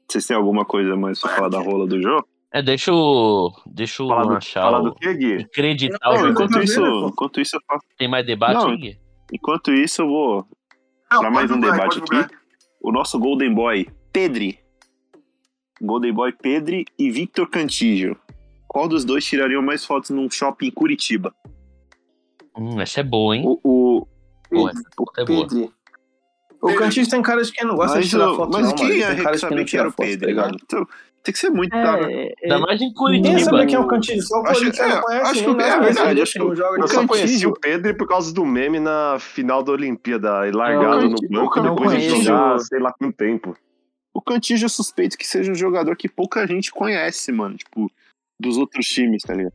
Vocês têm alguma coisa mais pra falar da rola do jogo? É, deixa eu. Deixa eu Falar do, achar falar o- do que, Gui? acreditar Não, o enquanto, isso, pô. enquanto, isso, eu faço- Tem mais debate Não. aí? enquanto isso, eu vou. Não, Pra pode mais um procurar, debate pode procurar. aqui. O nosso Golden Boy, Pedri. Golden Boy, Pedri e Victor Cantígio. Qual dos dois tirariam mais fotos num shopping em Curitiba? Hum, essa é boa, hein? O, o- Pô, essa puta é boa. Pedri. O Cantinho tem cara de quem não gosta mas de tirar o- foto, mas não, quem mano. ia Tem cara de quem saber não que tira era o foto, Pedri, tá ligado? cara? Então, tem que ser muito. tá? É, Ainda mais em Ninguém Curitiba. sabe quem é o Cantinho, só o Acho- Corinthians é, não conhece. acho que é ninguém conhece, verdade, ninguém acho que não joga Eu de só campo. conheci o Pedro por causa do meme na final da Olimpíada, e largado Eu no conheci- banco eu não depois de conheço. jogar, sei lá quanto tempo. O Cantígio eu suspeito que seja um jogador que pouca gente conhece, mano. Tipo, dos outros times, tá ligado?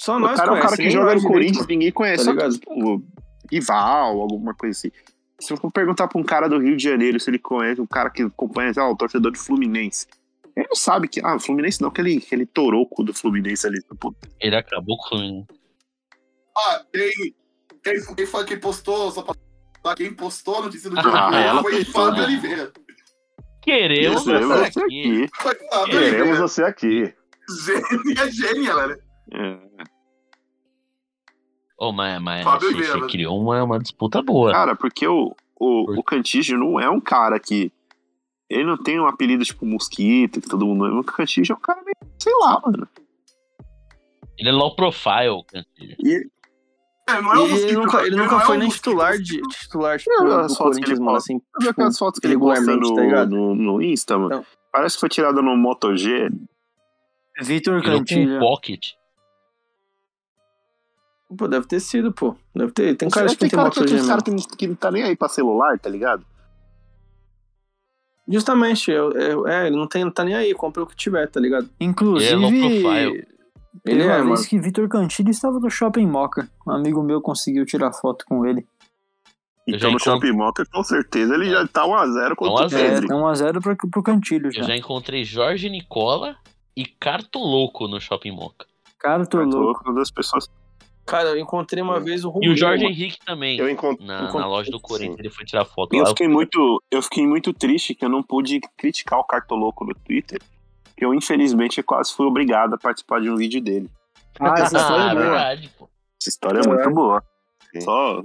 Só o cara é o cara que ninguém joga joga no direito, Corinthians, ninguém conhece. só tá que, ligado? tipo, rival, alguma coisa assim. Se eu for perguntar pra um cara do Rio de Janeiro se ele conhece, um cara que acompanha, sei lá, o torcedor do Fluminense. Ele não sabe que. Ah, o Fluminense não, aquele, aquele toroco do Fluminense ali. Pô, Ele acabou com. Ah, quem, quem, quem foi quem postou, só pra falar, quem postou a notícia do Ah, Diego ela Coelho foi postou, Fábio né? Oliveira. Queremos isso é essa você aqui. aqui. Foi Fábio Queremos Oliveira. você aqui. Gênia, gênia, velho. É. Ô, mas, mas Fábio você, você Oliveira. criou uma, uma disputa boa. Cara, porque o, o, o Cantígio não é um cara que. Ele não tem um apelido tipo mosquito, que todo mundo. O Cantígio é um cara meio. Sei lá, mano. Ele é low profile, Cantilho. É, não é um E Ele mosquito, nunca, ele velho. nunca Não é foi um nem mosquito. titular de titular tipo, Eu do acho que ele Corinthians, mano, fala- assim. Eu vi aquelas fotos que ele é posta regularmente, no, tá ligado? no, Então. no Insta, mano. Não. Parece que foi tirada no Moto G. Vitor Ele é um Cantilho. pocket. Pô, deve ter sido, pô. Deve ter. Tem Um cara Será de que é tem né? quem tem cara que, moto tem uns gêmea. cara que não- que não tá nem aí pra celular, tá ligado? Justamente, eu, eu- é, ele não, tem, não tá nem aí, compra o que tiver, tá ligado? Ele é low Inclusive, profile. teve Ele é, uma mano. vez que Vitor Cantilho estava no Shopping Moca. Um amigo meu conseguiu tirar foto com ele. Eu Então já no encontro- Shopping Moca, com certeza, ele já tá 1x0 contra o 1 a 0. É, Pedri. tá 1x0 pro, pro Cantilho Eu já. já encontrei Jorge Nicola e Carto Louco no Shopping Moca. Cara, tô Tô louco. Tá louco das pessoas. Tá Cara, eu encontrei Hum. uma vez o E Rubinho. o Jorge mano. Henrique também, Eu encontrei. na, encontro- na loja do Corinthians. sim. Ele foi tirar foto E eu lá. fiquei muito, eu fiquei muito triste que eu não pude criticar o Cartoloco no Twitter. que Eu, infelizmente, quase fui obrigado a participar de um vídeo dele. Ah, essa história né?" Ah, é boa. verdade, pô. Essa história é Caraca. muito boa. Sim. Só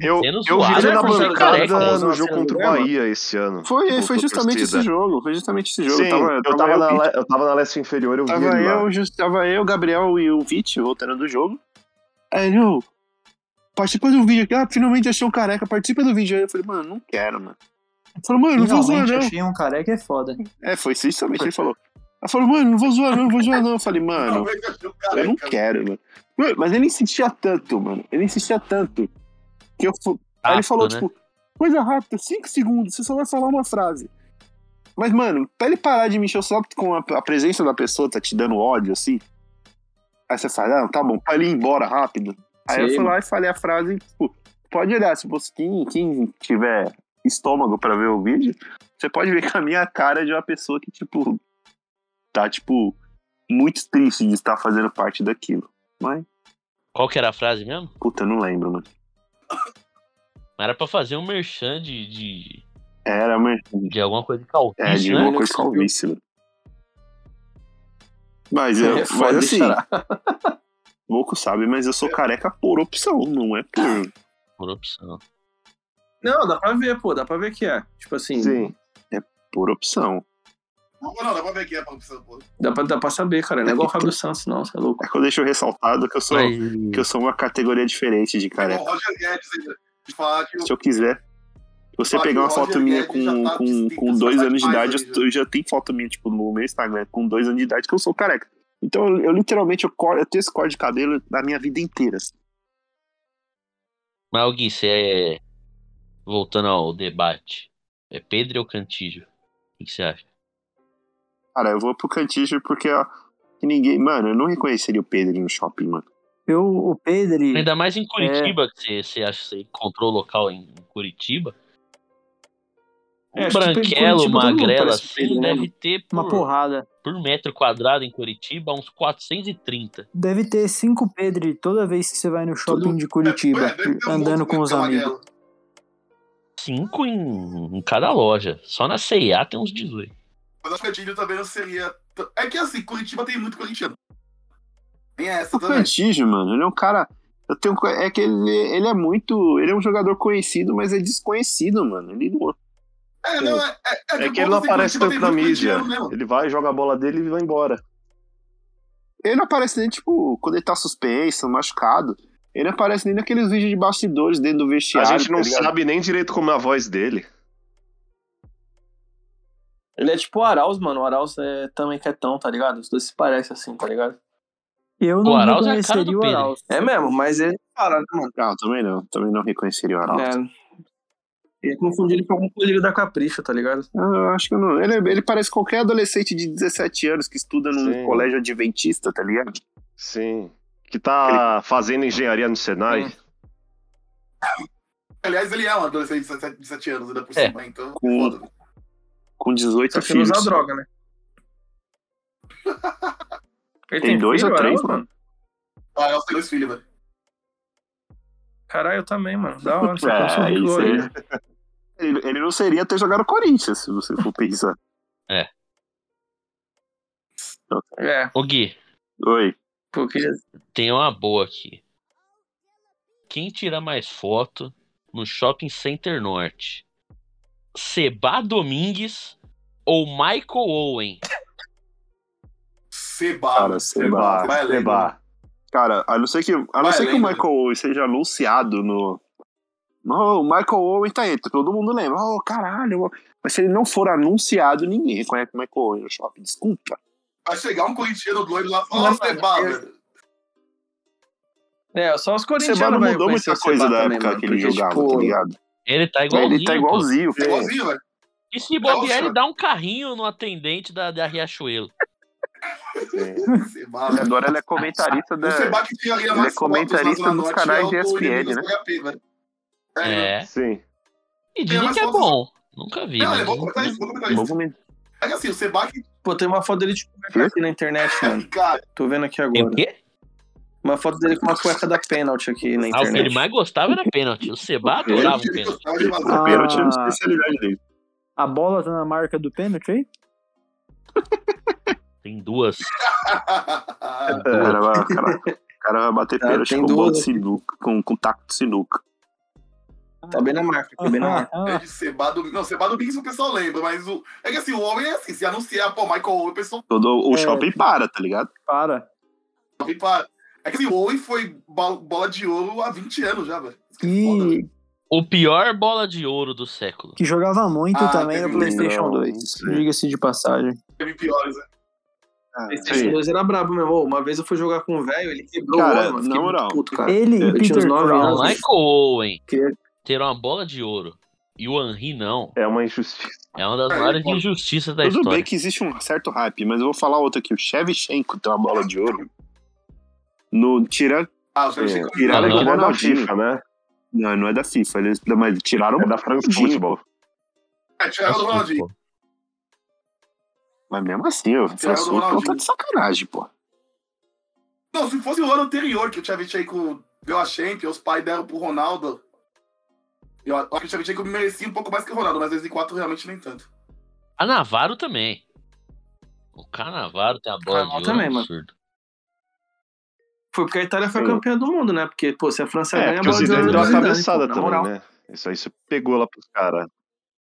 Eu, Menos eu zoado, vi ele né, na com o Sérgio Careca, bancada né? no jogo contra o Bahia esse ano. foi, foi Voltou justamente torcida. esse jogo. Foi justamente esse jogo. Sim, eu tava, eu, na, Pete, le- eu tava na leste inferior, eu vi Tava ele lá. eu, just- tava eu, Gabriel e o Vit voltando do jogo. Aí ele, ô, participa do vídeo aqui. Ah, finalmente achei um careca, participa do vídeo aí. Eu falei, mano, não quero, mano. Ele falou, mano, não vou zoar, Finalmente não. achei um careca, é foda. É, foi justamente ele falou. Ela falou, mano, não vou zoar, não, não vou zoar, não. Eu falei, mano, Talvez eu achei o é eu não careca. quero, mano. Mano, Mas ele insistia tanto, mano. Ele insistia tanto. Que eu fu- Aí ele Rápido, falou, né? tipo, coisa rápida, 5 segundos, você só vai falar uma frase. Mas, mano, pra ele parar de me encher o saco com a, a presença da pessoa, tá te dando ódio, assim. Aí você fala, ah, tá bom, pra ele ir embora rápido. Aí eu Sei, fui lá e falei a frase, tipo, pode olhar, se você, quem, quem tiver estômago pra ver o vídeo, você pode ver com a minha cara de uma pessoa que, tipo, tá, tipo, muito triste de estar fazendo parte daquilo. Mas, Qual que era a frase mesmo? puta, eu não lembro, mano. Mas Era pra fazer um merchan de, de, Era, mas de alguma coisa de É, calvície, de né? uma coisa calvície, mano. Mas, eu, É, mas foda, assim, xará. pouco sabe, mas eu sou careca por opção, não é por. Por opção. Não, dá pra ver, pô, dá pra ver que é. Tipo assim, Sim. Por opção. Não, não, dá pra ver quem é pra opção, pô. dá pra, dá pra saber, cara. Não é igual o Fábio Santos, não, você é louco. É que eu deixo ressaltado que eu sou, que eu sou uma categoria diferente de Igual careca. o Roger Guedes ainda. De fato, Se eu quiser. se Você Só que pegar uma o Roger foto minha Guedes já com, tá com, distinto, com só dois faz anos de mais idade, hoje, eu, eu já tenho foto minha, tipo, no meu Instagram, com dois anos de idade, que eu sou careca. Então, eu, eu literalmente, eu, cor- eu tenho esse corte de cabelo na minha vida inteira. assim. Mas, Gui, você é. Voltando ao debate. É Pedro ou Cantígio? O que que você acha? Cara, eu vou pro Cantígio porque ó, que ninguém. Mano, eu não reconheceria o Pedro no shopping, mano. Eu, o Pedro. Ainda mais em Curitiba, É. que você, você acha que você encontrou o local em Curitiba. Um É, acho que em branquelo, Curitiba todo mundo magrelo parece assim, Pedro, né, deve mano? ter Uma por, porrada. por metro quadrado em Curitiba uns 430. Deve ter cinco Pedro toda vez que você vai no shopping de Curitiba, É, deve ter um andando monte com de os Magrelo. amigos. Cinco em, em cada loja. Só na C&A tem uns 18. Mas acho que o Cantilho também não seria. t- É que assim, Curitiba tem muito corintiano. Tem Tá essa O também. Cantígio, mano, ele é um cara. Eu tenho, co- é que ele, ele é muito. Ele é um jogador conhecido, mas é desconhecido, mano. Ele não. É, não, é, é, é, É o que ele bom não do aparece Curitiba tanto tem na muito mídia. corintiano mesmo. Ele vai, joga a bola dele e vai embora. Ele não aparece nem, tipo, quando ele tá suspenso, machucado. Ele não aparece nem naqueles vídeos de bastidores dentro do A vestiário. gente não tá ligado? sabe nem direito como é a voz dele. Ele é tipo o Arauz, mano. O Arauz é também quietão, tá ligado? Os dois se parecem assim, tá ligado? Eu O não Arauz é a cara do reconheceria o Pedro. Arauz. É mesmo, mas ele fala, né, mano? Não, também não. Também não reconheceria o Arauto. É. Eu confundi ele com algum colírio da Capricho, tá ligado? Eu acho que eu não. Ele, ele parece qualquer adolescente de 17 anos que estuda num Sim. colégio adventista, tá ligado? Sim. Que tá fazendo engenharia no Senai. Aliás, ele é um adolescente de 17 17 anos ainda por É. cima, então. Com- foda. Com 18 Só que ele filhos. usa droga, né? Ele Tem dois filho, é ou três, Arauz, mano? Ah, eu tenho dois filhos, velho. Caralho, eu também, mano. Da hora, você É, conhece um isso doido. aí. Ele, ele não seria ter jogado Corinthians, se você for pensar. É, Ô Gui, Oi. porque tem uma boa aqui. Quem tira mais foto no Shopping Center Norte? Seba Domingues ou Michael Owen? Seba. Cara, mano. Seba, Vai além, mano. Eba. Cara, a não ser que, a não Vai, ser que o lembra. Michael Owen seja anunciado no. Não, o Michael Owen tá aí, todo mundo lembra. Oh, caralho. Mas se ele não for anunciado, ninguém reconhece o Michael Owen no shopping. Desculpa. Vai chegar um corintiano doido lá e Não, falar, ó, mano, Seba, eu- velho. É, só os O Seba corintianos não vai mudou reconhecer muita o Seba coisa da também, época mano, que ele porque, jogava, tipo, tá ligado? Ele tá igualzinho. Ele tá pô. igualzinho, É cara. igualzinho, velho. E se bobear, ele dá um carrinho no atendente da, da Riachuelo. Seba, Agora ele é comentarista da. O Seba que tinha ali a Ele mais é comentarista fotos na Zona dos Norte, canais é o de ESPN, inimigo do né? PHP, velho. É. É. Sim. E Tem dizem umas que é fotos- bom. Nunca vi. Não, mas ele é bom dizem que é comentarista, bom Bom comentarista. momento. É que assim, o Seba que, Pô, tem uma foto dele de cueca aqui na internet, mano. cara, Tô vendo aqui Tem o agora. quê? Uma foto dele com uma cueca da pênalti aqui na Ah, o que ele internet. mais gostava era pênalti. O Seba adorava o ele pênalti. gostava de Ah. vazar. Pênalti é uma especialidade dele. A bola tá na marca do pênalti aí? Tem duas. O cara vai- o cara- o cara vai bater É. Tá, pênalti tem com bola de duas. sinuca, com, com taco de sinuca. Tá bem na marca, tá bem na marca. É Ah, de Seba do... Não, Seba do Biggs o pessoal lembra, mas o... É que assim, o homem é assim, se anunciar, pô, Michael Owen, o pessoal Todo, o É. shopping para, tá ligado? para. vem pra... É que assim, o Owen foi bal- bola de ouro há 20 anos já, velho. Isso que é foda, velho. Que, O pior bola de ouro do século. que jogava muito Ah, também teve no um PlayStation Negrão, 2. sim. Diga-se de passagem. Teve piores, né? Esse 2 era brabo mesmo. Ô, Uma vez eu fui jogar com um velho, ele quebrou Cara, o olho, mano. Fiquei na muito moral. puto, cara. Ele e eu tinha Peter uns nove Crouch. O anos. Michael Owen Que- ter uma bola de ouro e o Henry não É uma injustiça. é uma das É, maiores pô. injustiças da Tudo história. bem que existe um certo hype, mas eu vou falar outra aqui. O Shevchenko tem uma bola de ouro. No, tira, Ah, o Sérgio é, Chico- tiraram Não, ele não, do Não é da Ronaldinho. FIFA, né? Não, não é da FIFA. Eles, mas tiraram É da France Sim. Football. É, tiraram do Ronaldinho. Mas mesmo assim, o François Pô, tá Ronaldinho. de sacanagem, pô. Não, se fosse o ano anterior que o Tchevchenko ganhou a Champions, os pais deram pro Ronaldo. Eu acho que o Tchevchenko merecia um pouco mais que o Ronaldo, mas 2004 realmente nem tanto. A Navarro também. O Canavaro tem a bola de Cannavaro ouro. também, Também, mano. absurdo. Foi porque a Itália foi Sim. campeã do mundo, né? Porque, pô, se a França É, ganha, a porque o bola de ouro Zidane é deu do uma Zidane, cabeçada pô, na também, moral. né? Isso aí você pegou lá pros caras.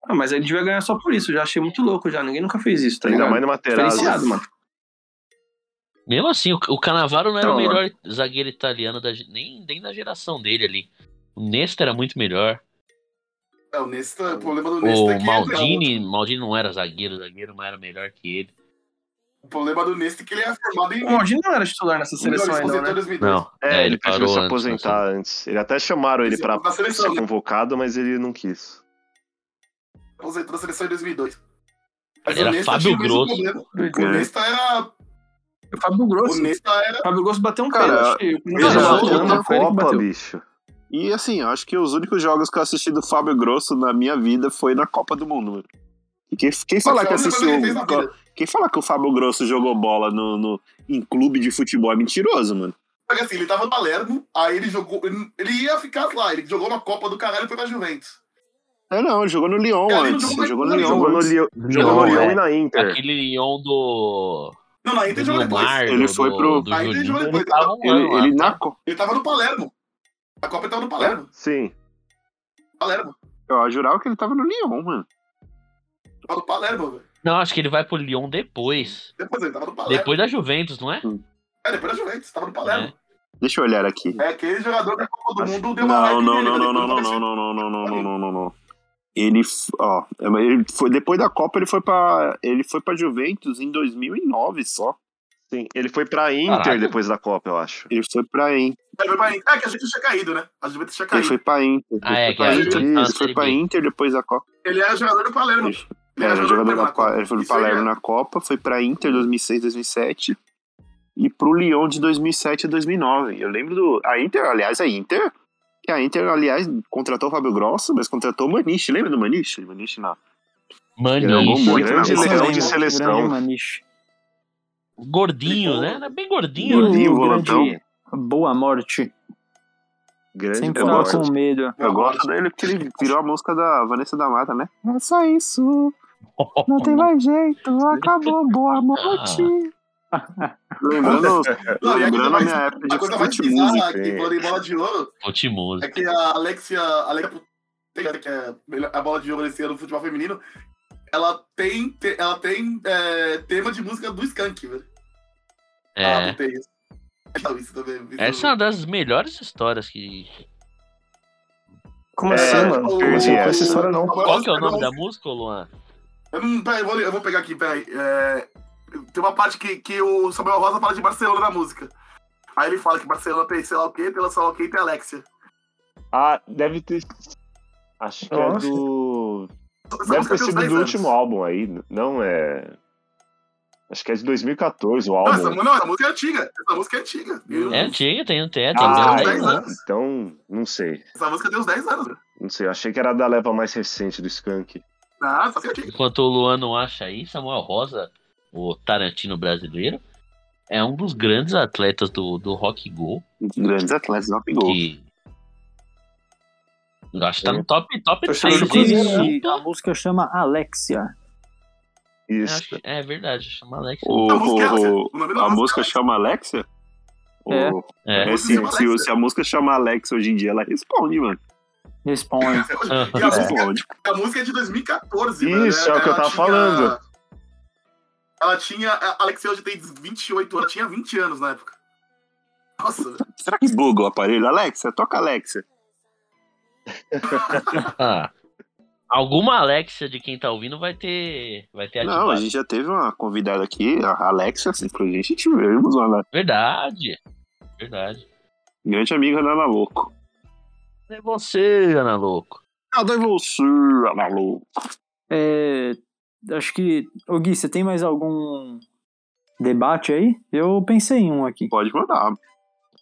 Ah, mas ele devia ganhar só por isso. Eu já achei muito louco já. Ninguém nunca fez isso, tá Ainda ligado? mais numa terada. Diferenciado, mano. Mesmo assim, o, o Canavaro não era o Então, melhor zagueiro italiano da, ge- nem, nem da geração dele ali. O Nesta era muito melhor. É, o Nesta, o problema do Nesta é O que Maldini, Maldini não era zagueiro, zagueiro, mas era melhor que ele. o problema do Nesta é que ele é formado em O Maldini não era titular nessa seleção aí, não, né? 2002. Não, É, ele preferiu se antes, né? aposentar antes. Ele até chamaram ele Se é pra aposentar na ser seleção, né? convocado, mas ele não quis. Aposentou na seleção em 2002. Ele era Fábio tinha o mesmo Grosso. problema. O É. Nesta era. O Fábio O Grosso. Nesta era. O Fábio Grosso bateu um Cara, pênalti. Não, eu já- não, eu não, já- não, né? foi ele que é Copa, bateu. bicho. E assim, eu acho que os únicos jogos que eu assisti do Fábio Grosso na minha vida foi na Copa do Mundo, mano. E quem, quem falar que Foi a única coisa assistiu. que ele fez na vida. Quem falar que o Fábio Grosso jogou bola no, no- em clube de futebol é mentiroso, mano. Porque assim, ele tava no Palermo, aí ele jogou. Ele ele ia ficar lá, ele jogou na Copa do caralho e foi pra Juventus. É não, ele jogou no Lyon Cara, ele não antes. jogou Ele jogou no mais Lyon. Jogou no antes. Lyon jogou Não, no Lyon é. e na Inter. Aquele Lyon do. Não, na do Inter jogou depois. Neymar, Ele do- foi pro- do Aí ele Juninho, jogou ele depois. tava um ano Ele, lá. ele na Copa. Ele tava no Palermo. A Copa ele tava no Palermo. Sim. Palermo. Eu jurava que ele tava no Lyon, mano. Tava no Palermo, velho. Não, acho que ele vai pro Lyon depois. Depois ele tava no Palermo. Depois da Juventus, não é? É, depois da Juventus, tava no Palermo. Deixa eu olhar aqui. É, aquele jogador da Copa do Mundo deu uma Não, hype não, nele, não, não, né? não, não, Depois não, não, não, não, não, não, não, não, não. Ele, f- ó, é, ele foi depois da Copa ele foi para ele foi para Juventus em 2009 só. Sim. Ele foi pra Inter Caralho. depois da Copa, eu acho. Ele foi para Inter, Ele foi pra Inter. É, que a gente tinha caído, né? A Juventus tinha ele caído. foi para Inter, Ah, é, ele que foi a pra Inter, Juventus tá ele na foi Série pra B. Inter depois da Copa. Ele era jogador do Palermo. Ele era jogador da Copa, ele foi pro Isso aí, Palermo né? na Copa, foi para Inter 2006, 2007 e pro Lyon de 2007 a 2009. Eu lembro do a Inter, aliás, a Inter que a Inter, aliás, contratou o Fábio Grosso, mas contratou o Maniche. Lembra do Maniche? Maniche na Ele jogou Maniche. muito, é um Grande né? leão de Grande seleção. Maniche. Gordinho, né? Era bem gordinho. né? Gordinho, O volantão. grande Boa morte. é Grande Sempre eu tava leão. gosto com medo. Eu gosto dele porque ele virou a música da Vanessa da Mata, né? É só isso, não tem mais jeito, acabou, Ah, boa Ah. noite. Lembrando, Não, e a coisa lembrando a mais- minha época A de né, coisa mais fute bizarra music. aqui, é. falando em bola de ouro, Otimoso. é que a Alexia, a Alexia Putega, que é a melhor- a bola de ouro desse ano do futebol feminino, ela tem, te- ela tem é, tema de música do Skank, velho. Ah, É. não tem isso. Não, isso também. Isso... Essa é uma das melhores histórias que. Como É, assim, mano? o- perdi Não conheço essa história, não. Qual que é o nome da música, Luan? Eu, não, peraí, eu, vou, eu vou pegar aqui, peraí. É, tem uma parte que, que o Samuel Rosa fala de Barcelona na música. Aí ele fala que Barcelona tem sei lá o quê, pela sei lá o quê e tem Alexia. Ah, deve ter. Acho que é Nossa. do. Deve ter sido do último álbum aí. Não é. Acho que é de 2014 o álbum. Não, essa, não, essa música é antiga. Essa música é antiga. Eu- É antiga, tem, tem, né? tem. Ah, tem- dez anos. Então, não sei. Essa música tem uns 10 anos. Não sei. Achei que era da leva mais recente do Skank. Ah, essa música é antiga. Enquanto o Luan não acha aí, Samuel Rosa, o Tarantino brasileiro, é um dos grandes atletas do, do Rock Go. Grandes atletas, não pegou. Que. Eu Acho que tá no top, top né? 3. Eu chamo de Inclusive, Então, a música chama Alexia. Isso. É verdade, chama Alex. O, A música é Alexia. o- O nome da a música é música chama Alexia? É. O- É. é, se, Chama se- Alexia. se a música chama Alexa hoje em dia, ela responde, mano. Responde. Ah. E a, música, Responde. a música é de 2014, Isso, velho. é o que eu Ela tava falando. Ela tinha. A Alexia hoje tem 28 ela tinha 20 anos na época. Nossa, velho. Será que buga o aparelho? Alexa, toca Alexa. Ah. Alguma Alexia de quem tá ouvindo vai ter. Vai ter Não, a ativado. gente já teve uma convidada aqui, a Alexa, assim, pra gente tivemos uma Verdade. Verdade. grande amiga da Ana Louco. É você, Ana Louco. Cadê você, Ana Louco? É, acho que. Ô Gui, você tem mais algum debate aí? Eu pensei em um aqui. Pode mandar.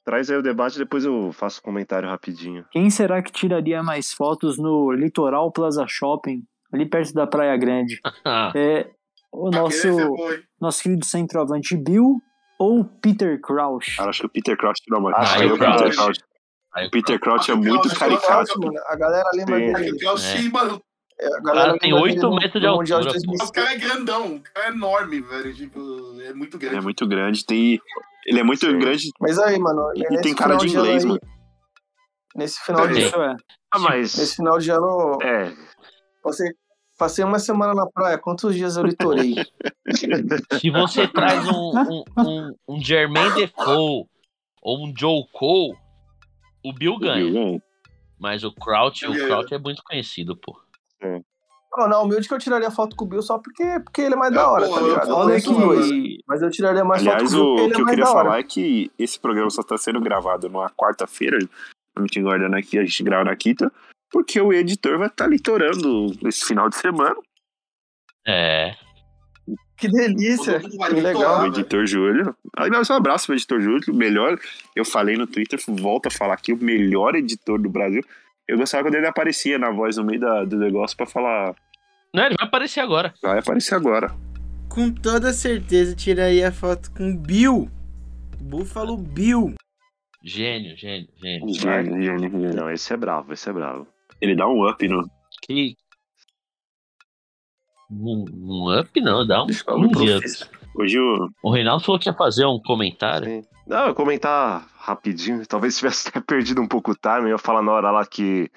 Traz aí o debate, depois eu faço um comentário rapidinho. Quem será que tiraria mais fotos no Litoral Plaza Shopping, ali perto da Praia Grande? Ah, É o nosso, Aquele você foi. nosso querido centroavante Bill ou Peter Crouch? Cara, acho que o Peter Crouch tirou mais. Acho Acho que que o o Crouch. Peter Crouch. aí O Peter Crouch é muito Crouch, caricato. mano. A galera lembra Sim. dele. É o Shiba, A O galera cara tem lembra dele 8 no- metros de no Mundial altura. pô. 2006. O cara é grandão, o cara é enorme, velho. Tipo, é muito Ele é grande. muito grande, tem. Ele é muito Sim. grande Mas aí, mano. e nesse tem cara é um de final ano inglês, aí- mano. Nesse final de, Sim. Isso é. Ah, nesse mas. final de ano, É. passei, passei uma semana na praia. Quantos dias eu litorei? Se você traz um, um, um, um Jermaine Defoe ou um Joe Cole, o Bill ganha. Mas o Crouch, o Ganha. Crouch é muito conhecido, pô. Não, não, humilde que eu tiraria foto com o Bill só porque, porque ele é mais da hora, pô, tá ligado? eu- Eu Olha não aqui. sou dois, Mas eu tiraria mais Aliás, foto com o o Bill que porque eu ele é queria mais da falar hora. é que esse programa só tá sendo gravado numa quarta-feira, a gente engordando aqui, a gente grava na quinta, porque o editor vai estar litorando esse final de semana. É. Que É delícia! Todo mundo vai Que litorar, legal. o velho. né? editor Júlio. Aliás, um abraço pro editor Júlio, o melhor. Eu falei no Twitter, volto a falar aqui, o melhor editor do Brasil. Eu gostava quando ele aparecia na voz no meio da- do negócio pra falar. Não, ele vai aparecer agora. Vai aparecer agora. Com toda certeza tiraria a foto com o Bill. Buffalo Bill. Gênio, gênio, gênio. Gênio, gênio, gênio. Não, esse é bravo, esse é bravo. Ele dá um up no, Que. Um, um up não, dá um Deixa eu ver 15 pro ups. Hoje o. O Reinaldo falou que ia fazer um comentário. Sim. Não, eu comentar rapidinho, talvez tivesse até perdido um pouco o time, eu ia falar na hora lá que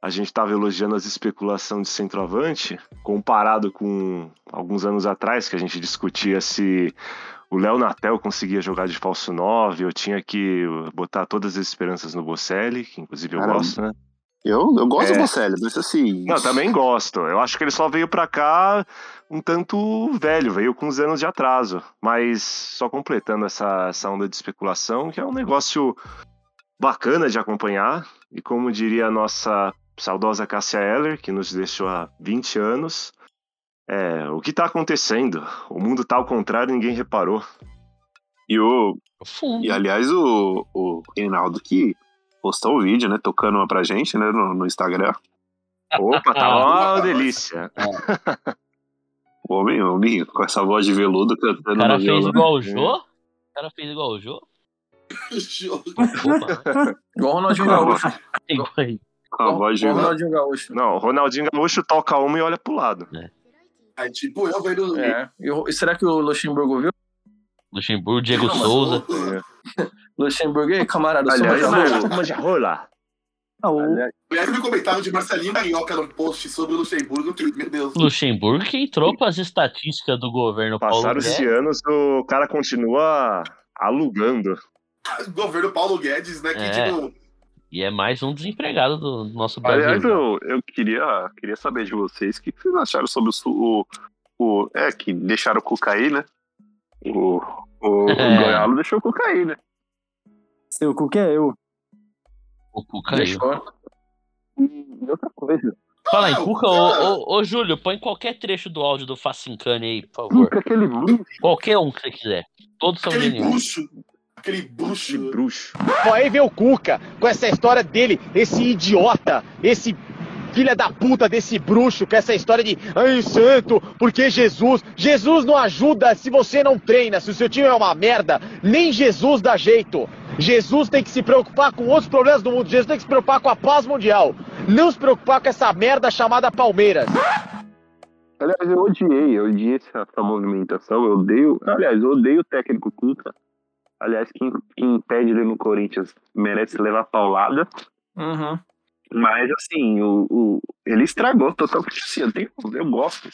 a gente tava elogiando as especulações de centroavante, comparado com alguns anos atrás, que a gente discutia se o Léo Natel conseguia jogar de falso 9, eu tinha que botar todas as esperanças no Bocelli, que inclusive eu Caramba. gosto, né? Eu, eu gosto É. do Bocelli, mas assim. Não, eu também gosto. Eu acho que ele só veio pra cá um tanto velho, veio com uns anos de atraso. Mas só completando essa, essa onda de especulação, que é um negócio bacana de acompanhar. E como diria a nossa saudosa Cássia Eller, que nos deixou há 20 anos, é, o que tá acontecendo? O mundo tá ao contrário e ninguém reparou. E, o, Profundo. e aliás, o, o Reinaldo que postou o vídeo, né? Tocando uma pra gente, né? No, no Instagram. Ah, Opa, tá uma delícia. O homem, o homem, com essa voz de veludo cantando O cara no fez violão. igual o Jô? O cara fez igual o Jô? Opa, Igual o Ronaldinho Gaúcho. igual aí. Com a voz de Igual veludo. o Ronaldinho Gaúcho. Não, o Ronaldinho Gaúcho toca uma e olha pro lado. Aí, tipo, eu vejo. É. E, o- e será que o Luxemburgo viu? Luxemburgo, Diego Souza. Luxemburgo, ei, camarada, sou Aliás, né? mais da hora. o- uma de rola. Ah, o- Aliás, me comentaram de Marcelinho Carioca num post sobre o Luxemburgo, que, meu Deus. Hum. Luxemburgo que entrou com as estatísticas do governo Paulo Passaram-se Guedes. anos, o cara continua alugando. O governo Paulo Guedes, né? Que, É. tipo, E é mais um desempregado do nosso Aliás, Brasil. eu, eu queria, queria saber de vocês o que vocês acharam sobre o. su- o, o é, que deixaram o cu cair, né? O, o, É. o Goialo deixou o cu cair, né? seu cu que é eu. O cu caiu. E outra coisa. Fala aí, Não, Cuca, cara. ô, ô, ô, Júlio, põe qualquer trecho do áudio do Facincane aí, por favor. Nunca aquele bruxo. Qualquer um que você quiser. Todos são Aquele geniais. bruxo. Aquele bruxo. bruxo. Só aí ver o Cuca com essa história dele, esse idiota, esse filha da puta desse bruxo, com essa história de ai santo, porque Jesus, Jesus não ajuda se você não treina, se o seu time é uma merda, nem Jesus dá jeito. Jesus tem que se preocupar com outros problemas do mundo, Jesus tem que se preocupar com a paz mundial, não se preocupar com essa merda chamada Palmeiras. Aliás, eu odiei, eu odiei essa, essa movimentação, eu odeio. Aliás, eu odeio o técnico Cuca. Aliás, quem, quem impede ele no Corinthians merece levar paulada. Uhum. Mas assim, o, o- ele estragou totalmente. Assim, eu, tenho, eu gosto.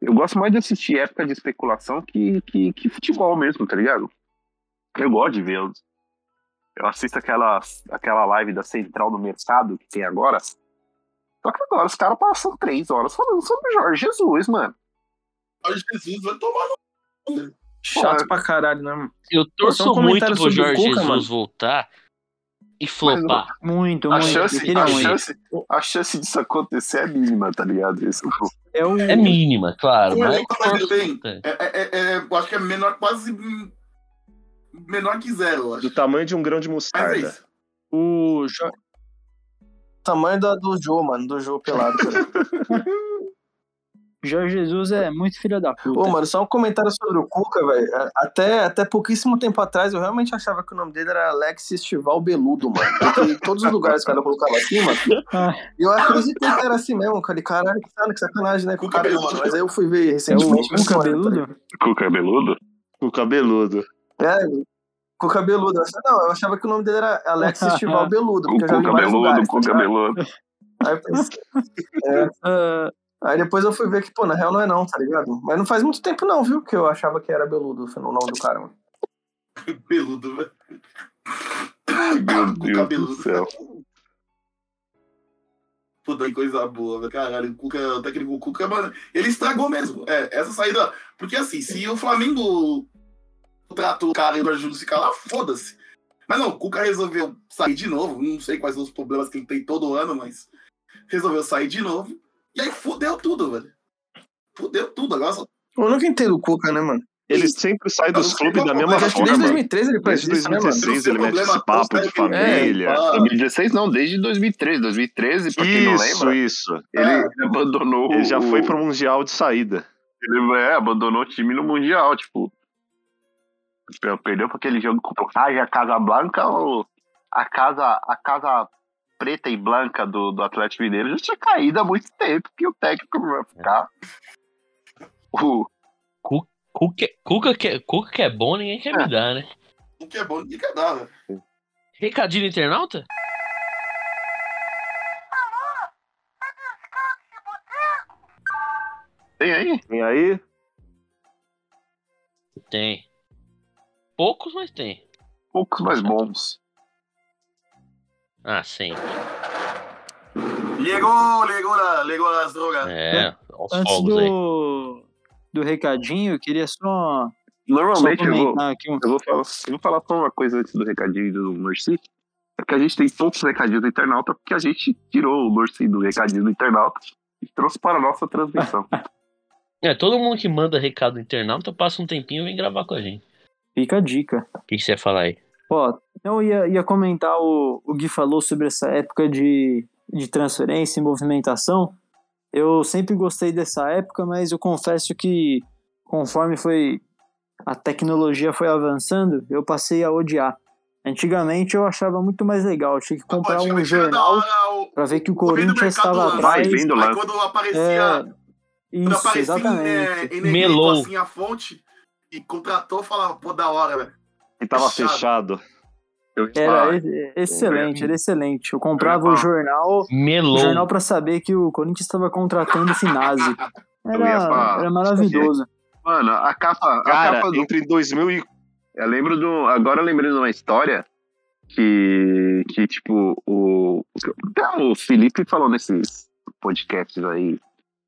Eu gosto mais de assistir época de especulação que, que, que futebol mesmo, tá ligado? Eu gosto de ver. os- Eu assisto aquela, aquela live da Central do Mercado que tem agora. Só que agora os caras passam três horas falando sobre Jorge Jesus, mano. Ai, Jesus, vai tomar no. Chato Pô, pra caralho, né? mano? Eu torço só um muito comentário pro sobre o Jorge Cuca, Jesus mano. voltar e flopar. Muito, A muito. chance, Eu queria a, muito. chance, a chance disso acontecer é mínima, tá ligado? Esse é o problema. É o... É mínima, claro. O Mas elenco que torço tem. bastante. É, é, é, é, eu acho que é menor, quase. hum, Menor que zero, eu acho. Do tamanho de um grão de Mas é mostarda. isso. o Jo- Tamanho da, do Jô, mano, do Jô pelado. tá Jorge Jesus é muito filho da puta. Ô, mano, só um comentário sobre o Cuca, velho. Até, até pouquíssimo tempo atrás eu realmente achava que o nome dele era Alex Estival Beludo, mano. Porque em todos os lugares que o cara colocava assim, mano. Ah. E eu acreditei que era assim mesmo. Falei, caralho, que cara, que sacanagem, né? Com o Cuca cara, Beludo. mano. Mas aí eu fui ver é o recentemente. um Cuca cabeludo? Com o cabeludo? O cabeludo. É, com o cabeludo. Eu achava- Não, eu achava que o nome dele era Alex Estival Beludo. Com o Porque eu já vi em vários cabeludo, lugares. com o tá ligado? Ah. cabeludo. Aí eu pensei- Ah, Aí depois eu fui ver que, pô, na real não é não, tá ligado? Mas não faz muito tempo não, viu? Que eu achava que era Beludo o nome do cara, mano. Peludo, velho. Meu Com Deus do cabeludo. céu. Puta que coisa boa, velho. Caralho, o Cuca, o técnico Cuca, mano, ele estragou mesmo. É, essa saída. Porque assim, se o Flamengo contratou o cara e o Júlio ficar lá, foda-se. Mas não, o Cuca resolveu sair de novo. Não sei quais são os problemas que ele tem todo ano, mas resolveu sair de novo. E aí fudeu tudo, velho. Fudeu tudo. Agora só. Eu nunca entendo o Cuca, né, mano? Ele sempre sai dos Eu clubes sei da como, mesma mas acho que Desde forma, mano. 2013 ele faz Desde isso, né, mano? 2016 ele mete esse papo de família. É, fala. 2016 não, desde 2013. 2013, pra quem não Isso, lembra, isso. É, ele abandonou. Ele já o- foi um- pro Mundial de saída. Ele é, abandonou o time no Mundial, tipo. per- Perdeu pra aquele jogo contra o Raja Casablanca ou a casa, a casa preta e branca do, do Atlético Mineiro já tinha caído há muito tempo que o técnico não vai ficar. É. O, Cuca, Cuca, que, é- Cuca que é bom, ninguém quer me dar, né? O que é bom, ninguém quer dar, velho. Recadinho internauta? tem aí? E aí, Tem. Poucos, mas tem. Poucos mais bons. Ah, sim. Ligou, ligou, na- ligou nas drogas. É, aos antes fogos aí. do... do recadinho, eu queria só, só Normalmente eu vou, comentar aqui um... Eu vou falar, eu vou falar só uma coisa antes do recadinho do Mercy. É que a gente tem poucos recadinhos do internauta porque a gente tirou o Mercy do recadinho do internauta e trouxe para a nossa transmissão. É, todo mundo que manda recado no internauta passa um tempinho e vem gravar com a gente. Fica a dica. O que que você ia falar aí? Ó, eu ia, ia comentar o, o Gui falou sobre essa época de, de transferência e movimentação. Eu sempre gostei dessa época, mas eu confesso que conforme foi a tecnologia foi avançando, eu passei a odiar. Antigamente eu achava muito mais legal, eu tinha que comprar um Antigamente era da jornal hora o- para ver que o Ouvindo o Corinthians mercado estava lá. Vai atrás. vendo Aí lá. quando aparecia. É, Quando isso, aparecia exatamente. Em, em negrito, Melou. assim, a fonte e contratou, falava, pô, da hora, velho. ele tava Fechado. fechado. Eu ia falar, Era e- excelente, era excelente. Eu comprava Eu o ia falar. jornal Melou. jornal pra saber que o Corinthians estava contratando o Finazzi. Eu ia Era, falar. era maravilhoso. Mano, a capa, a Cara, capa do entre 2000 e... Eu lembro do. Agora eu lembrei de uma história que. que, tipo, o. até O Felipe falou nesses podcasts aí.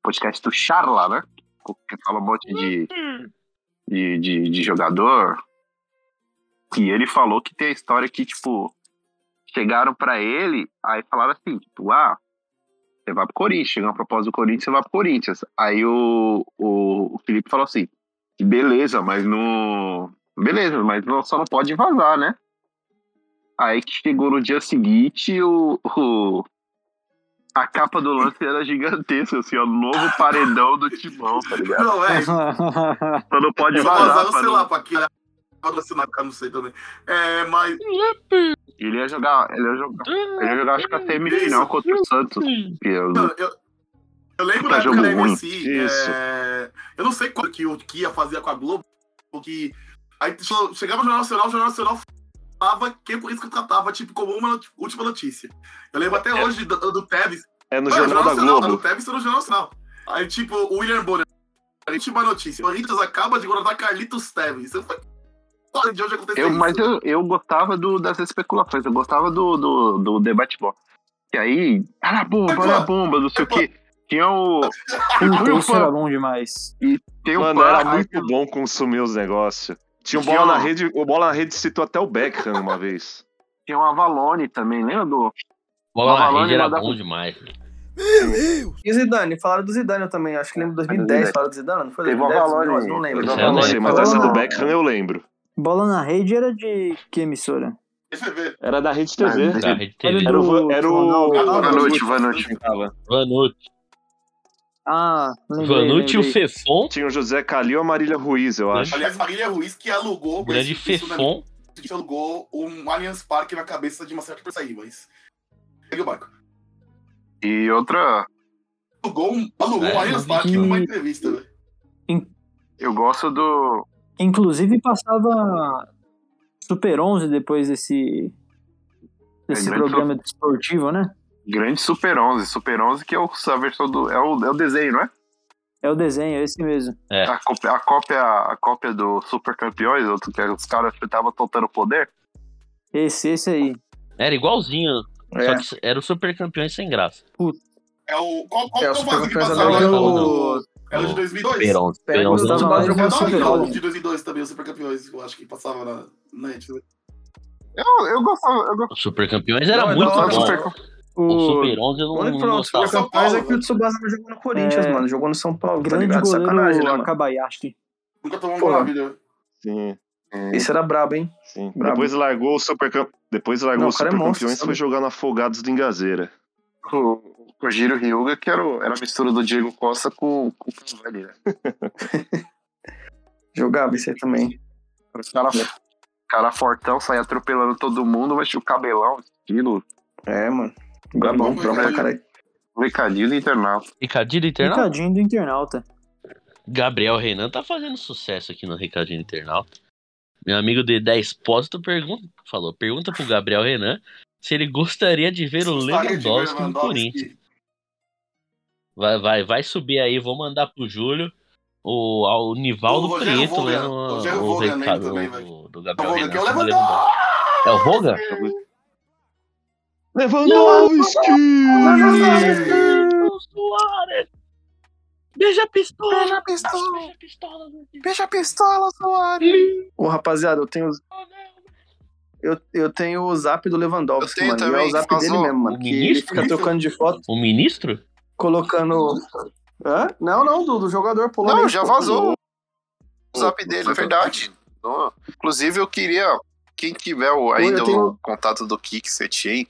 Podcast do Charla, né? Que fala um monte de. de, de, de jogador. E ele falou que tem a história que, tipo. Chegaram pra ele, aí falaram assim, tipo, ah. Você vai pro Corinthians, chega uma proposta do Corinthians, você vai pro Corinthians. Aí o, o, o Felipe falou assim: beleza, mas não. Beleza, mas não- só não pode vazar, né? Aí que chegou no dia seguinte, o, o- a capa do lance era gigantesca, assim, ó, novo paredão do Timão, tá ligado? Não, é. Só não pode Vou vazar, vazar, sei pra não lá, pra que é patrocinar, porque eu não sei também. É, mas. Ele ia jogar, ele ia jogar, ele ia jogar acho que a Ah, semifinal Isso. contra o Santos. que eu- Não, eu, eu Tá lembro da época jogo da ruim. MC. Isso. é, eu não sei quando que o que ia fazer com a Globo, porque aí só- chegava o Jornal Nacional, o Jornal Nacional falava quem o Corinthians contratava, tipo, como uma not- última notícia. Eu lembro até hoje do, do Tevez. É no Ah, Jornal da Nacional, Globo. Do Tevez foi no Jornal Nacional. Aí, tipo, o William Bonner. A gente uma notícia. O Corinthians acaba de contratar Carlitos Tevez. Eu falei, "Olha, de onde aconteceu Eu, isso?" mas eu, eu gostava do, das especulações, eu gostava do, do, do debate bom. E aí, era bomba, era bomba, não sei o quê. Tinha o. Puta, Foi o isso era fã. bom demais. Tem um o Mano, fã, era aí muito bom consumir os negócios. Tinha o Tinha bola na um- rede, o bola na rede citou até o Beckham uma vez. Tinha o Avalone também, lembra do. Bola na Avalone rede era era da- bom demais. E o Zidane? Falaram do Zidane eu também. Acho que lembro de Mas o 2010 Zidane- falaram do Zidane, não foi? Teve o 2010, Avalone, 2011, Não lembro. teve o Eu não Avalone. sei, mas essa do Não. Beckham eu lembro. Bola na rede era de que emissora? Era da Rede TV. Da rede Era TV. Era o- era o- Boa noite, boa noite. Vanucci. Ah, lembrei, Vanucci e o lembrei. Fefon. Tinha o José Calil e a Marília Ruiz, eu acho. Aliás, Marília Ruiz que alugou. O grande isso- isso na Fefon. que alugou um Allianz Parque na cabeça de uma certa Persaíba, mas. Pegue o barco. E outra. Alugou um, alugou É, um Allianz não Parque vi. numa entrevista, velho. Eu gosto do. Inclusive passava Super 11 depois desse desse É, grande programa desportivo, né? Grande Super 11. Super 11 que é o, a versão do. É o, é o desenho, não é? É o desenho, é esse mesmo. É. A, cópia, a, cópia, a cópia do Super Campeões, outro que os caras que estavam soltando poder. Esse, esse aí. Era igualzinho. É. Só que era o super campeão sem graça. É o. Qual, qual É, é, o que eu faço que Supercampeões passava? agora Era é o. o- Era o de 2002? Perão. Perão. Pega os Não, mais não, Não, jogados do não, não, não, Super não, não. É o de 2002 também, o Super Campeões, eu acho que passava na, na né? rede. Eu, eu gostava. Eu gostava. Super campeões era Não, é muito da hora, bom. do Nossa. Super O O Super 11 eu não, O único não problema do gostava. Super São Campeões é Paulo, que o velho. Tsubasa não jogou no Corinthians, É. mano. Jogou no São Paulo, tá grande ligado? Sacanagem, né, goleiro mano? Akabayashi. Nunca tomou um Pô. gol na vida. Sim, Esse era brabo, hein? sim. Brabo. Depois largou o Super Cam- Depois largou Não, o o cara Super é monstro, Campeões e sabe? foi jogar na Afogados do Engazeira. o Kojiro Ryuga, que era, o- era a mistura do Diego Costa com, com o Cavani, né? Jogava esse aí também. Os cara, É. cara fortão, saía atropelando todo mundo, mas tinha o cabelão, estilo, É, mano. Jogava bom, jogava pra caralho. recadinho do internato. Ricardinho Internauta. Picadinho do internauta. Gabriel Renan tá fazendo sucesso aqui no Ricardinho Internauta. Meu amigo de 10 Pósito pergunta, falou, pergunta pro Gabriel Renan se ele gostaria de ver o Lewandowski no Corinthians. Vai, vai, vai subir aí, vou mandar pro Júlio o, ao O Nivaldo Rogério Prieto Vogan, lendo a- Rogério o Vogan lendo recado também, do, do Eu Gabriel Renan. vou Então, ver que eu sobre o levanto. Lewandowski. É o Vogan? Lewandowski! Suárez! Beija a pistola! Beija a pistola! Beija a pistola! Fecha a pistola, Soares! Ô, rapaziada, eu tenho, eu, eu tenho o zap do Eu Lewandowski, tenho mano. e é também, o zap vazou. dele mesmo, mano. O Que ele ministro? fica trocando de foto, O ministro? colocando... Hã? Não, não, do, do jogador um polonês. Não, já pô. vazou o zap dele, é verdade. Ó, Inclusive, eu queria, quem tiver o- ainda eu tenho- o contato do Kik Setien,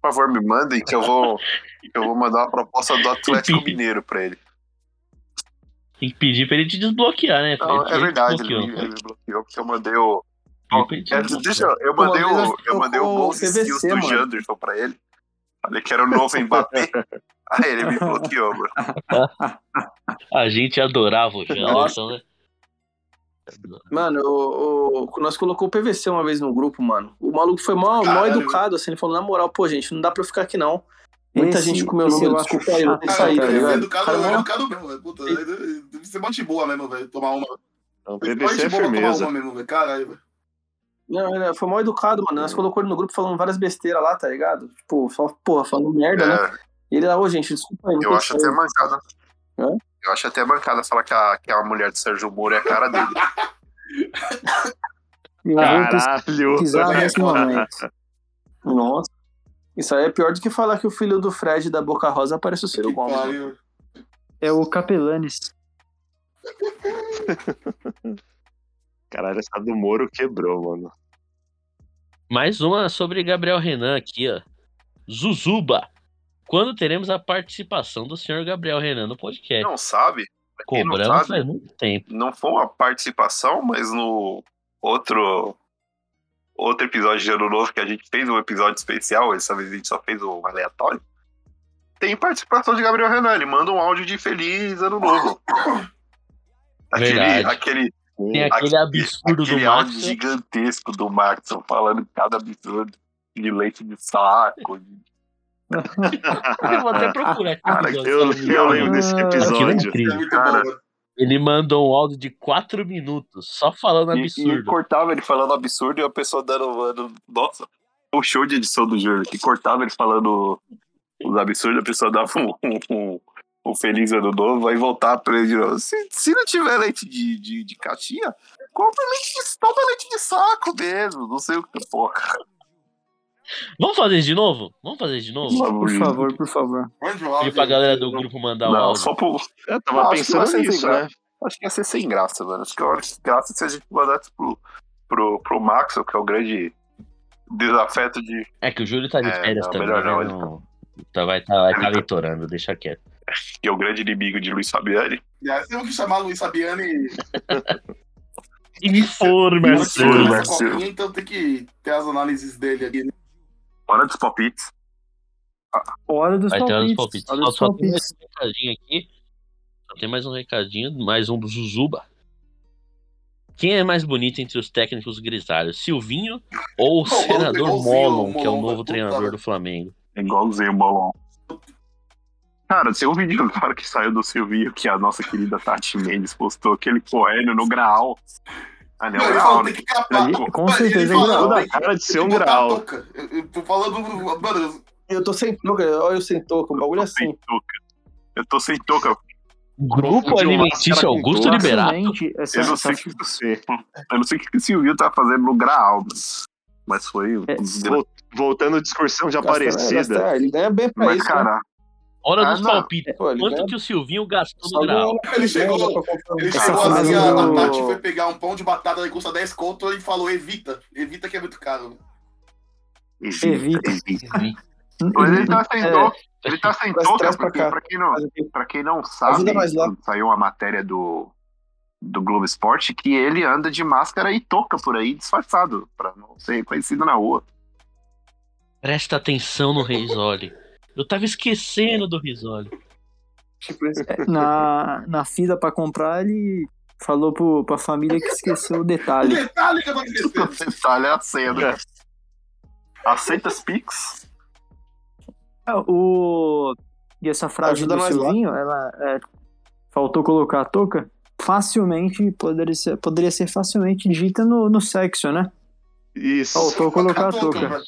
por favor, me mandem que eu vou, que eu vou mandar uma proposta do Atlético Mineiro pra ele. Tem que pedir pra ele te desbloquear, né? Não, Ele- é ele verdade, ele, desbloqueou, não foi? ele bloqueou porque eu mandei o. Pediu pra ele te É, desbloquear. deixa eu, eu Uma mandei vez acho o. que Eu mandei o tocou Gols TVC, Skills do mano. Janderson pra ele. Falei que era o novo Mbappé. Aí ele me bloqueou, mano. A gente adorava o Nossa. Janderson, né? Mano, o, o- nós colocou o PVC uma vez no grupo, mano. O maluco foi mal, mal Caralho. educado, assim. Ele falou, na moral, pô, gente, não dá pra eu ficar aqui, não. Muita Esse- gente comeu o esse número, eu acho desculpa aí, eu vou ter que chato, sair, Cara, tá cara. eu ligado? do cara, Cara, eu mó- do cara um mesmo, velho. Puta, deve ser mó de boa mesmo, velho. Tomar uma. O Mó PVC de é boa pra tomar firmeza. uma mesmo, velho. Caralho, velho. Não, ele foi mal educado, mano. Nós colocou ele no grupo falando várias besteiras lá, tá ligado? Tipo, só, porra, falando merda, né? É, E ele, ô, gente, desculpa aí. não eu tem acho que até sair." mancada. Hã? Eu acho até mancada falar que a, que a mulher do Sérgio Moro é a cara dele. Eu vou Caralho! Tá, pesquisar nesse momento. Nossa. Isso aí é pior do que falar que o filho do Fred da Boca Rosa parece o Ciro Que Gomes. pariu. É o Capelanes. Caralho, essa do Moro quebrou, mano. Mais uma sobre Gabriel Renan aqui, ó. Zuzuba. Quando teremos a participação do senhor Gabriel Renan no podcast? Não sabe? Pra quem não Cobramos sabe, faz muito tempo. não foi uma participação, mas no outro outro episódio de Ano Novo que a gente fez um episódio especial, essa vez a gente só fez um aleatório. Tem participação de Gabriel Renan, ele manda um áudio de Feliz Ano Novo. aquele, Verdade. aquele, Tem aquele absurdo aquele do né? áudio Max. gigantesco do Max falando cada absurdo de leite de saco. Eu vou até procurar aqui. Cara, episódio. Eu, eu lembro desse Ah, Aquilo é episódio. É incrível. muito Cara, bom. Ele mandou um áudio de 4 minutos, só falando E- E, Um absurdo. cortava ele falando absurdo e a pessoa dando, mano, nossa, o show de edição do Júnior, que cortava ele falando os absurdos, a pessoa dava um, um- um- um feliz ano novo, vai voltar pra ele. ó, Se, se não tiver leite de, de, de caixinha, compra leite de, toma leite de saco mesmo, não sei o que, porra. Vamos fazer isso de novo? Vamos fazer isso de novo? Por favor, por favor. Mande o Pedir áudio pra aí. galera do grupo mandar um Não, áudio. só por, Eu tava Acho que vai pensando ser nisso, sem graça. né? Acho que ia ser sem graça, mano. Acho que eu acho graça se a gente mandar isso pro, pro, pro Maxwell, que é o grande desafeto de É que o Júlio tá de É, férias não, também. melhor não, né? ele Não- tá- vai tá, vai tá leitorando, deixa quieto. que é o grande inimigo de Luiz Fabiani. Aliás, Temos que chamar Luiz Fabiano e. Informa, Muito bom vai essa ser. copinha, Então tem que ter as análises dele aqui. né? Hora dos palpites. Hora dos Vai ter os palpites. palpites. Hora Só, dos só tem palpites. mais um recadinho aqui. Só tem mais um recadinho, mais um do Zuzuba. Quem é mais bonito entre os técnicos grisalhos? Silvinho ou o Não, senador igualzinho Molon, o que é o Molon, novo puta treinador merda. do Flamengo? É igualzinho o bolão. Cara, tem um vídeo agora que saiu do Silvio que a nossa querida Tati Mendes postou aquele correndo no Graal. Ah, não, Não, ele Graal, falou né? tem que capar. Ali, com Mano, ele certeza é falou, grau. tem Toda que- cara de ser tem um que botar a grau. touca. Eu, eu tô falando. Mano, Eu tô sem touca, olha eu sem touca, o bagulho é Sem assim. touca. Eu tô sem touca. Grupo é de um Alimentício é máscara com Augusto dor. Liberato. Facilmente, Essa, Eu não essa sei o que tá você. Eu não sei o que o Silvio tá fazendo no Graal, mas- mas foi. um É, grande- Vol- Voltando de excursão de Gasta- Aparecida. gasta- é, ele ganha bem pra Mas, isso. né? cara, Hora Ah, dos não. palpites. Pô, ele Quanto ganha que o Silvinho gastou Tá só no grau? ganha pra ele comprar chegou. um- pra comprar um Ele carro. chegou assim, Essa frase a, a do- Tati foi pegar um pão de batata que custa 10 conto e falou: evita, evita que é muito caro. Evita. Mas ele tá sem É. touca. Ele tá sem Traz- touca, traz pra porque cá. pra quem não. Pra quem não sabe, Ajuda nós lá. saiu uma matéria do, do Globo Esporte que ele anda de máscara e toca por aí disfarçado, pra não ser reconhecido na rua. Presta atenção no Risoli. Eu tava esquecendo do Risoli. né? na, na fila pra comprar, ele falou pro, pra família que esqueceu o O detalhe. detalhe que eu tô esquecendo. Detalhe é a cena. Aceita as Pix? Ah, O, e essa frase Ajuda do nós lá. Silvinho, ela é, faltou colocar a touca. Facilmente, poderia ser, poderia ser facilmente dita no, no sexo, né? Isso. Faltou colocar a touca. velho.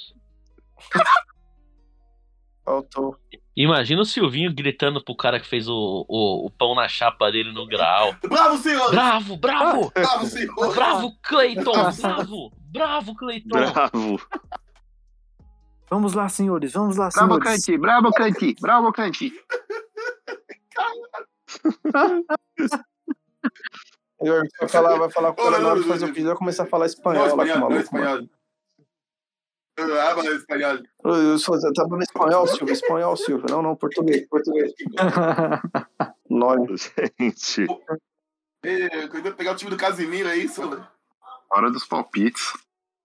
Faltou. Imagina o Silvinho gritando pro cara que fez o, o, o pão na chapa dele no grau. Bravo, senhor! Bravo, bravo! Bravo, senhor! Bravo, Cleiton! Bravo! Bravo, Cleiton! Bravo. Vamos lá, senhores, vamos lá, Bravo senhores. Canti, Bravo Canti, Bravo Canti. Ele vai falar, vai falar com o Ô, cara na hora não, de fazer o não, vídeo, vai começar a falar Não, espanhol lá com o espanhol, não, maluco. mano. espanhol. Ah, mas espanhol. Eu, eu sou- eu tava no tá espanhol, Silvio, espanhol, Silvio. Não, não, português, português. Nóis. Gente. Ei, quando eu pegar o time do Casimiro, é isso? velho? Hora dos palpites.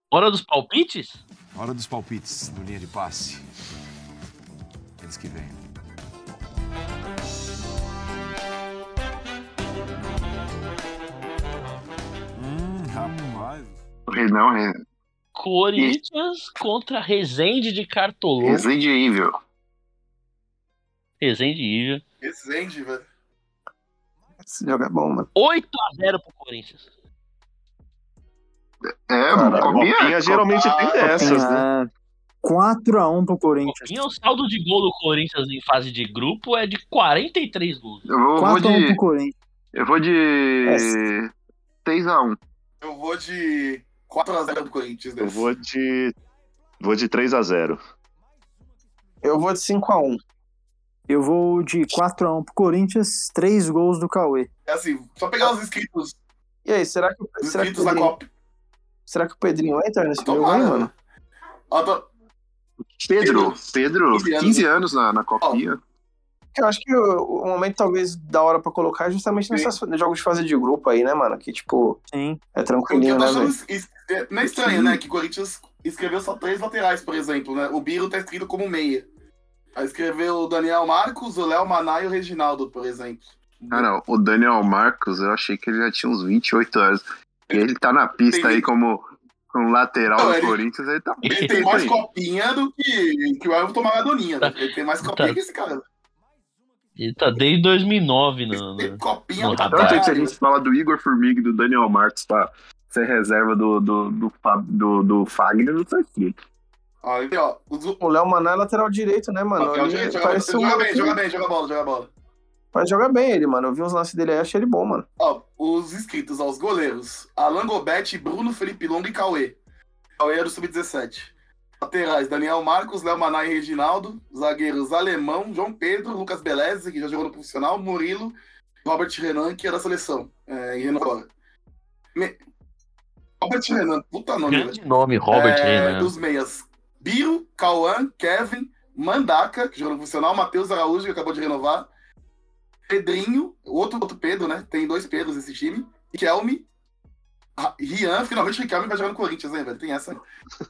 Hora dos palpites? Hora dos palpites do linha de passe. Eles que vêm. Hum, rapaz. Não, é Corinthians contra Resende de Uhum. Cartolão. Resident Evil. Resende Ilha. Resende, velho. Esse jogo é bom, mano. 8x0 pro Corinthians. É, Cara, copinha, copinha geralmente tem dessas, né? É, 4x1 pro Corinthians. E o saldo de gol do Corinthians em fase de grupo é de 43 gols. Eu vou, vou 4x1 pro de. Corinthians. Eu vou de. 6x1. Eu vou de 4x0 do Corinthians. né? Eu vou de. Vou de 3 a 0 Eu vou de 5x1. Eu vou de 4x1 pro Corinthians, 3 gols do Cauê. É assim, só pegar os inscritos. E aí, será que, Os será que, o inscritos da Pedrinho, Copa. será que o Pedrinho entra nesse jogo Tomara. aí, mano? Ó, tô- Pedro, Pedro, 15 anos. 15 anos na, na copinha. Eu acho que o, o momento talvez da hora pra colocar é justamente nesses jogos de fase de grupo aí, né, mano? Que, tipo, Sim. é O que tranquilinho, eu tô né, achando velho? es- es- é- não é estranho, né? Que o Corinthians escreveu só três laterais, por exemplo, né? O Biro tá escrito como meia. Aí escreveu o Daniel Marcos, o Léo Maná e o Reginaldo, por exemplo. Cara, o Daniel Marcos, eu achei que ele já tinha uns 28 anos. E ele tá na pista aí como, como lateral Não, do ele- Corinthians, ele tá Ele bem tem feito mais aí. copinha do que, que o Elton Maradona. né? Ele tem mais copinha que esse cara. Ele tá desde 2009 na, Tem na- copinha Não, pra rapaz. Tanto é caralho. que a gente fala do Igor Formiga e do Daniel Marcos pra ser reserva do, do, do, Fa- do, do Fagner, não tá escrito. Ó, ele tem, ó, os- O Léo Maná é lateral direito, né, mano? Rafael, Ele gente, joga, parece um joga joga bem, joga bem, joga bola, joga bola. Mas joga bem ele, mano. Eu vi uns lances dele aí, achei ele bom, mano. Ó, os inscritos, ó, os goleiros. Alan Gobete, Bruno, Felipe Longo e Cauê. Cauê é era o sub-17. Laterais, Daniel Marcos, Léo Maná e Reginaldo. Zagueiros, Alemão, João Pedro, Lucas Beleze, que já jogou no profissional, Murilo, Robert Renan, que era da seleção. É, e Renan agora. Me- Robert Renan, puta nome, velho. Grande nome, Robert É, Renan. Dos meias. Biro, Cauã, Kevin, Mandaka, que joga no profissional, Matheus Araújo, que acabou de renovar. Pedrinho, outro, outro Pedro, né? Tem dois Pedros esse time. Kelme, Ra- Rian, finalmente o Riquelme vai jogar no Corinthians, né, velho? Tem essa. aí.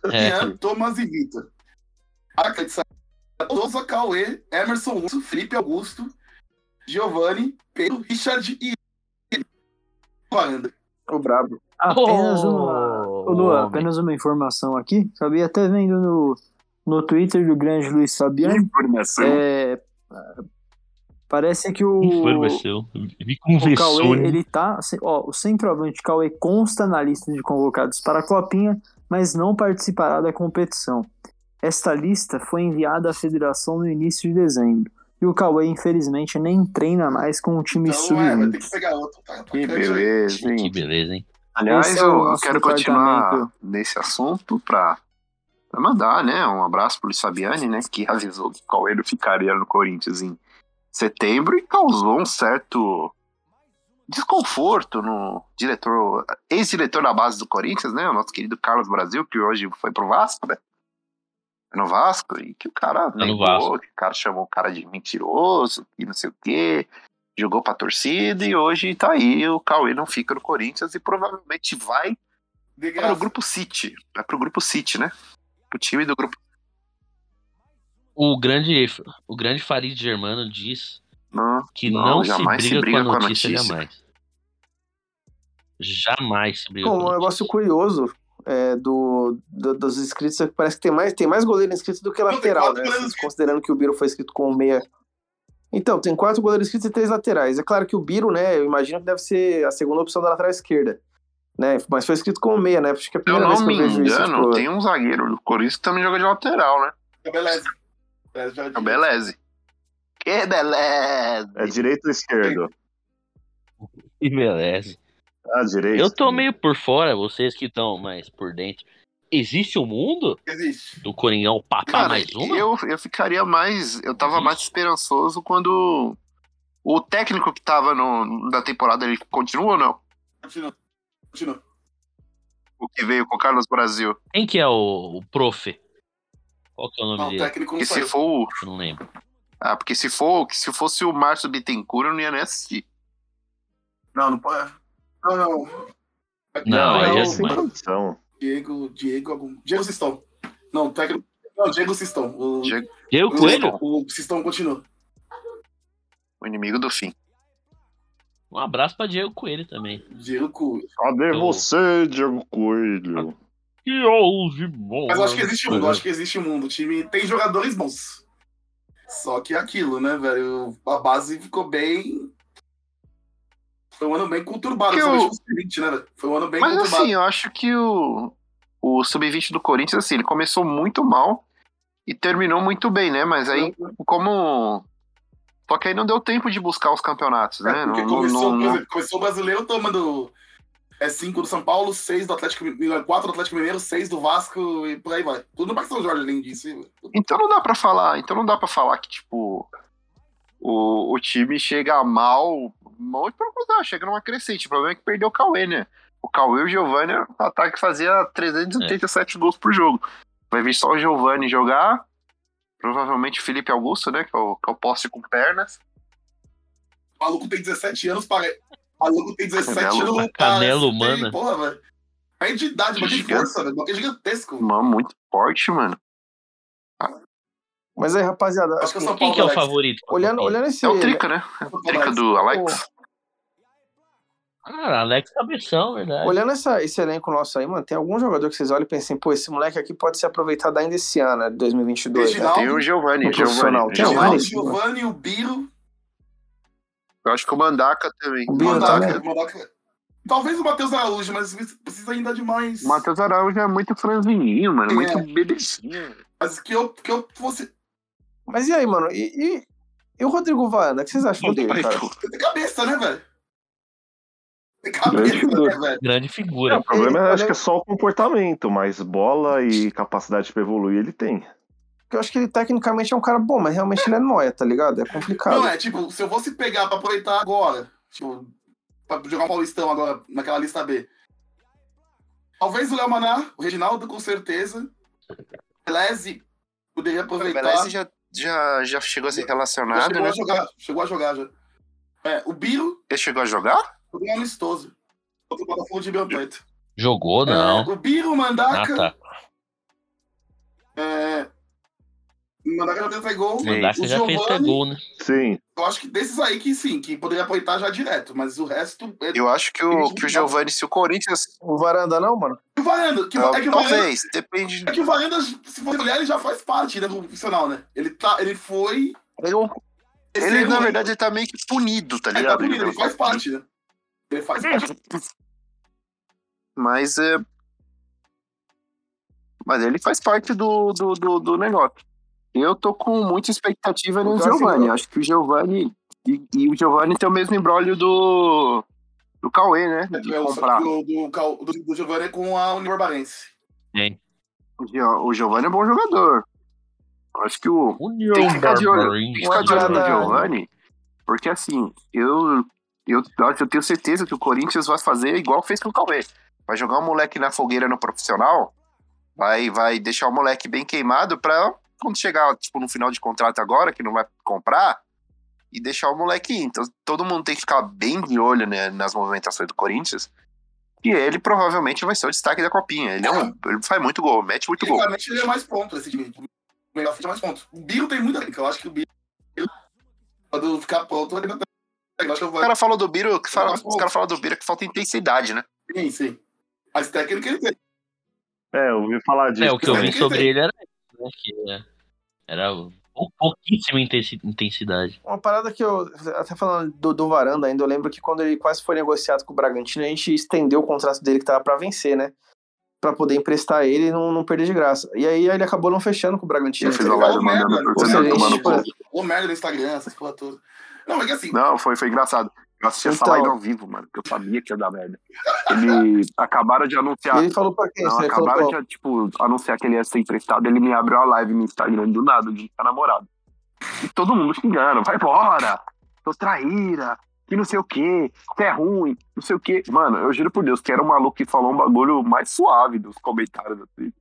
É. Rian, Thomas e Vitor. Aca de Souza, Cauê, Emerson Russo, Felipe Augusto, Giovanni, Pedro, Richard e. Varanda. O brabo. Apenas Oh, uma. Ô, Lua, homem. apenas uma informação aqui. Sabia até vendo no, no Twitter do grande Luiz Fabiano. Informação. É, parece que o. Informação. Me O conversou. Cauê, ele tá. Ó, o centroavante Cauê consta na lista de convocados para a Copinha, mas não participará da competição. Esta lista foi enviada à federação no início de dezembro. E o Cauê, infelizmente, nem treina mais com o time Então, é, vai ter sub-20. que pegar outro. Tá, É, tá Que beleza, Que hein? beleza, hein? Aliás, Esse é o eu, eu nosso quero continuar departamento. nesse assunto pra, pra mandar, né, um abraço pro Luiz Fabiani, né, que avisou que o Caueiro ficaria no Corinthians em setembro e causou um certo desconforto no diretor, ex-diretor da base do Corinthians, né, o nosso querido Carlos Brasil, que hoje foi pro Vasco, né, é no Vasco, e que o cara É no negou, Vasco. que o cara chamou o cara de mentiroso e não sei o quê, jogou pra torcida e hoje tá aí. O Cauê não fica no Corinthians e provavelmente vai para o De graça. Tá É grupo City. Vai pro grupo City, né? O time do grupo. O grande, o grande Farid Germano diz Não, que Não, não, se, jamais briga se briga com a notícia, jamais. Jamais se é briga Com com um a notícia. negócio curioso é, do, do- dos inscritos, é que parece que tem mais, tem mais goleiro inscrito do que tem lateral, quatro né? goleiros inscritos. Considerando que o Biro foi inscrito com meia. Então, tem quatro goleiros inscritos e três laterais. É claro que o Biro, né, eu imagino que deve ser a segunda opção da lateral esquerda. Né? Mas foi escrito com meia, né? Acho que é a Se eu não primeira vez que me eu vejo isso. engano, tipo, tem um zagueiro do Corinthians que também joga de lateral, né? Então, Beleza. Beleza, já É o disse. Beleze. Que beleza! É direito ou esquerdo? Que beleza. Ah, direito. Eu tô meio por fora, vocês que estão mais por dentro. Existe o mundo Existe. do Coringão papar Cara, Ah, mais uma? Eu, eu ficaria mais. Eu tava Vixe. mais esperançoso quando o técnico que tava no, da temporada ele continua ou não? Continua. Continua. O que veio com o Carlos Brasil. Quem que é o, o profe? Qual que é o nome Não, tá- o dele? técnico não E se saiu. for o Eu não lembro. Ah, porque se for, se fosse o Márcio Bittencourt, eu não ia nem assistir. Não, não pode. Não, não. Não, aí é já é sem demais. condição. Diego, Diego, algum. Diego Sistão. Não, técnico. Não, Diego Sistão. O, Diego Diego o- Coelho? O Sistão continua. O inimigo do fim. Um abraço pra Diego Coelho também. Diego Coelho. Cadê Eu- você, Diego Coelho? Que ouve, bom. Mas eu acho que existe um mundo, eu acho que existe um mundo. O time tem jogadores bons. Só que é aquilo, né, velho? A base ficou bem. Foi um ano bem conturbado, Que principalmente eu- o sub-20, né, velho? Foi um ano bem Mas conturbado. assim, eu acho que o, o sub-20 do Corinthians, assim, ele começou muito mal e terminou muito bem, né? Mas aí, como. Só que aí não deu tempo de buscar os campeonatos, né? É, porque Não- não- começou, não- começou o brasileiro tomando é 5 do São Paulo, 6 do Atlético Mineiro, 4 do Atlético Mineiro, 6 do Vasco e por aí vai. Tudo no Parque São Jorge, além disso. Então não dá pra falar, então não dá para falar que, tipo, o, o time chega mal, mal pelo contrário, chega numa crescente. O problema é que perdeu o Cauê, né? O Cauê e o é. Giovanni era um ataque que fazia 387 gols por jogo. Vai vir só o Giovanni jogar, provavelmente o Felipe Augusto, né? Que é o, que é o poste com pernas. O maluco tem 17 anos, parece. O maluco tem 17 Canela- né? anos. uma parece canela que tem, humana. Porra, velho. É de idade, mas de Gigante. força, velho. É gigantesco. Mano, muito forte, mano. Mas aí, rapaziada, Acho que é o São Quem Paulo. que é o Alex. favorito? pra olhando, Copa? olhando esse. É o Trica, né? São Paulo, Trica Alex. do Alex. Cara, Alex Cabeção, verdade. Olhando essa, esse elenco nosso aí, mano, tem algum jogador que vocês olham e pensem, pô, esse moleque aqui pode ser aproveitado ainda esse ano, né, de 2022. né? Reginaldo. Tem o Giovanni, Um o profissional. Giovanni. né? Giovanni. Tem o Geraldo, Alex, Giovanni, o Biro, Eu acho que o Mandaca também. O o Biro Mandaca, também. o Mandaca. Talvez o Matheus Araújo, mas precisa ainda de mais. O Matheus Araújo é muito franzininho, mano. É. Muito bebezinho. Mas que eu, que eu fosse. Mas e aí, mano? E, e- e o Rodrigo Varanda? O que vocês acham dele, Pai, cara? pô. Tem cabeça, né, velho? Tem cabeça, né, velho? Grande figura. O problema é, acho que é só o comportamento, mas bola e capacidade pra evoluir ele tem. Porque eu acho que ele tecnicamente é um cara bom, mas realmente ele é nóia, tá ligado? É complicado. Não, é tipo, se eu fosse pegar pra aproveitar agora, tipo, pra jogar um Paulistão agora naquela lista B. Talvez o Léo Maná, o Reginaldo, com certeza. Pelezi, poderia O aproveitar. Velez já, já, já chegou a ser Já relacionado, chegou né? a jogar, chegou a jogar já. É, o Biro Ele chegou a jogar? foi um amistoso. Contra o Botafogo de Ribeirão Preto. Jogou, não. É, o Biro, o Ah, Mandaca. tá. é, o Mandaca já fez gol. Mandaca o já fez até Giovani, gol, né? Sim, Eu acho que desses aí que sim, que poderia aproveitar já direto, mas o resto. É... Eu acho que o, que o Giovanni, se o Corinthians. O Varanda não, mano? E o Varanda, que, é que o Varanda, Talvez, depende. é que o Varanda, se for olhar, ele já faz parte né, do profissional, né? Ele, tá, ele foi. Ele, erro na aí- verdade, ele tá meio que punido, tá ele, tá ligado? punido, ele faz parte, né? Ele faz parte. Mas é. Mas ele faz parte do, do, do, do negócio. Eu tô com muita expectativa no Então, assim, Giovanni. eu- Acho que o Giovanni. E, e o Giovanni tem o mesmo embrólio do. Do Cauê, né? De É, o- comprar. Do, do, Cal- do, do Giovanni com a Univerbarense. O Gio- O Giovanni é bom jogador. Acho que o. União Tem que ficar de olho. Barbarinha. Tem que ficar de olho no Verdade. Giovanni. Porque assim, eu. Eu, eu tenho certeza que o Corinthians vai fazer igual fez com o Cauê. Vai jogar o moleque na fogueira no profissional, vai, vai deixar o moleque bem queimado pra quando chegar, tipo, no final de contrato agora, que não vai comprar, e deixar o moleque ir. Então, todo mundo tem que ficar bem de olho né, nas movimentações do Corinthians. E ele provavelmente vai ser o destaque da copinha. Ele, é um, ele faz muito gol, mete muito gol. Tecnicamente, ele é mais ponto esse time. O melhor fica mais ponto. O Biro tem muita. Eu acho que o Biro. Quando ficar pronto, ele vai. Eu acho que eu O vou. cara falou do Biro, que fala, Mas, os caras falam do Biro que falta intensidade, né? Sim, sim. Mas técnica ele tem. é, eu ouvi falar disso. É, o que eu vi também. sobre ele era isso, né? Que é, era pou- pouquíssima intensi- intensidade. Uma parada que eu, até falando do, do Varanda ainda, eu lembro que quando ele quase foi negociado com o Bragantino, a gente estendeu o contrato dele que tava pra vencer, né? Pra poder emprestar ele e não, não perder de graça. E aí ele acabou não fechando com o Bragantino. Eu tá fiz a ligado? live ligado? mandando é um Merda, né? pro Ou seja, torcedor a gente, tomando tipo, gol. Ô, merda no Instagram, essas porra toda. Não, é que assim, Não, foi, foi engraçado. Eu assisti essa Então. live ao vivo, mano, porque eu sabia que ia dar merda. Ele acabaram de anunciar. ele falou pra quem? Não, isso? ele falou, acabaram pô, de, tipo, anunciar que ele ia ser emprestado, ele me abriu a live no Instagram do nada, de ficar namorado. E todo mundo xingando, vai embora, tô traíra, que não sei o quê, que é ruim, não sei o quê. Mano, eu juro por Deus que era um maluco que falou um bagulho mais suave dos comentários, assim.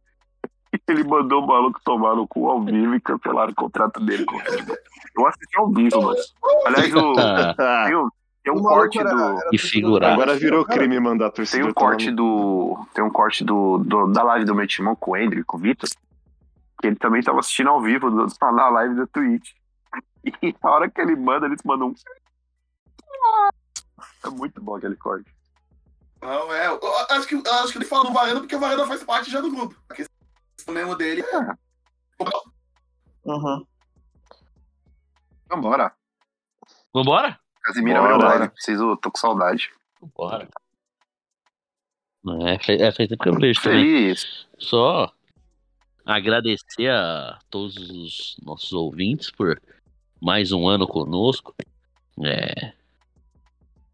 Ele mandou o maluco tomar no cu ao vivo e cancelaram o contrato dele com o Red Bull. Eu assisti ao vivo, mano. Aliás, o, Ah, viu, tem O um maluco corte era- do... E figurar. agora virou crime mandar a Tem torcida. um corte tomar do. Tem um corte do, do- da live do meu timão com o Andrew e com o Vitor. Que ele também tava assistindo ao vivo do, na live da Twitch. E na hora que ele manda, eles mandam um. É muito bom aquele corte. não é. Eu acho que, eu acho que ele fala do Varanda porque o Varanda faz parte já do grupo. A questão mesmo dele. uhum. Vambora. Vambora? Casimiro Bora, abriu live. bora. Preciso, tô com saudade. Vambora. Não, é, fe- é faz tempo que eu não vejo também. Feliz. Só agradecer a todos os nossos ouvintes por mais um ano conosco. É,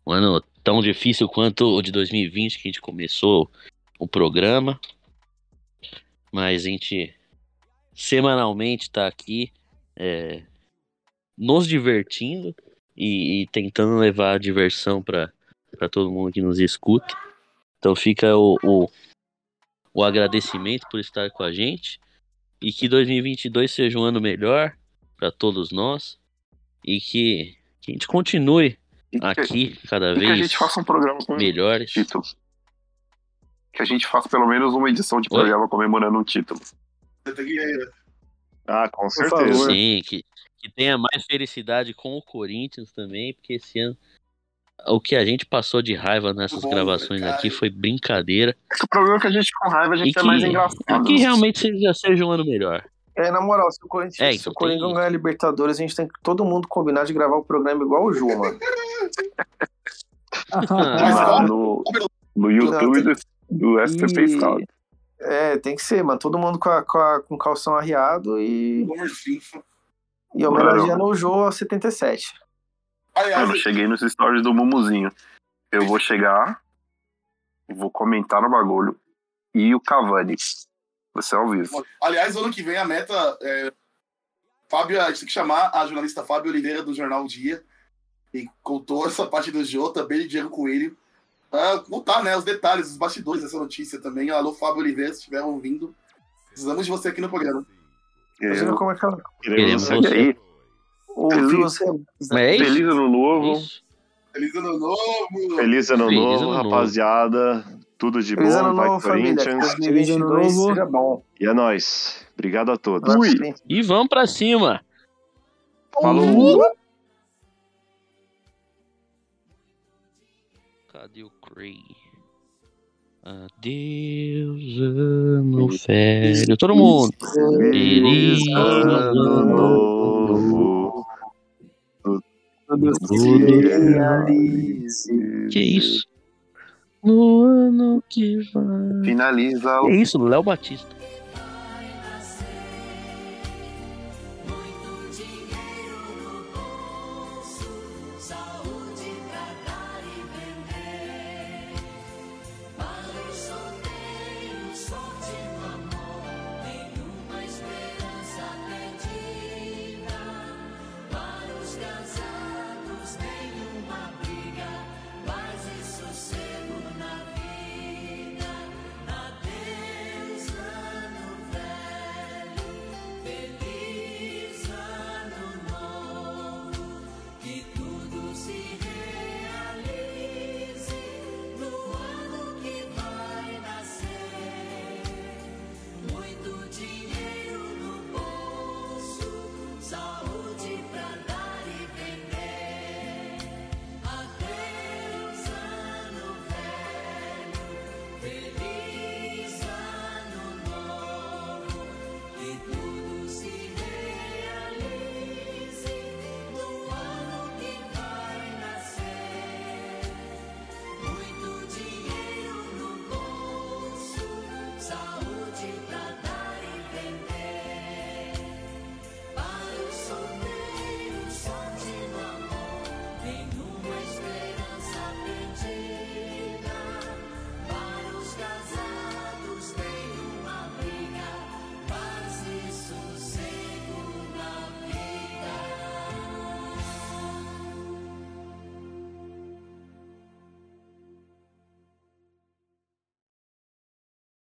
um ano tão difícil quanto o de 2020 que a gente começou o programa. Mas a gente semanalmente está aqui é, nos divertindo e, e tentando levar a diversão para todo mundo que nos escuta. Então fica o, o, o agradecimento por estar com a gente e que 2022 seja um ano melhor para todos nós e que, que a gente continue E que- aqui cada E que a vez gente faça um programa com melhores. título. Que a gente faça pelo menos uma edição de Oi? programa comemorando um título. Você tem é, que- Ah, com favor. certeza. Sim, que, que tenha mais felicidade com o Corinthians também, porque esse ano o que a gente passou de raiva nessas Bom, gravações cara. aqui foi brincadeira. O problema é que a gente com raiva a E gente que, é mais engraçado. e que realmente seja, seja um ano melhor. É, na moral, se o Corinthians, É, se então o Corinthians tem- ganhar a Libertadores, a gente tem que todo mundo combinar de gravar o programa igual o Ju, mano. Ah, Ah, no, no YouTube do, do STP E- Scout. É, tem que ser, mano. Todo mundo com, a, com, a- com calção arriado e, Gordinho. e homenageando o Jô ao 77. Aliás, Mano, eu cheguei nos stories do Mumuzinho. Eu vou chegar, vou comentar no bagulho. E o Cavani. Você é ao vivo. Aliás, ano que vem a meta é. Fábio, a gente tem que chamar a jornalista Fábio Oliveira do Jornal Dia e contou essa parte do Jô também, de Diego Coelho. Ah, contar, né, os detalhes, os bastidores dessa notícia também. Alô, Fábio Oliveira, se estiver ouvindo, precisamos de você aqui no programa. Imagina Eu como é que ela Queremos E é aí, ouviu você. mas é isso. feliz ano novo. Isso. Feliz ano novo! Feliz ano Feliz novo, ano novo. rapaziada. Tudo de Feliz bom, ano vai novo, família. Que Corinthians. 2022 novo. seja bom. E é nóis. Obrigado a todos. Vai, E vamos pra cima. Falou. Cadê o Ah, Cray? Adeus, ano velho. Todo mundo. Feliz ano novo. Tudo Tudo. realize. Que isso? No ano que vai. Finaliza o É isso, Léo Batista.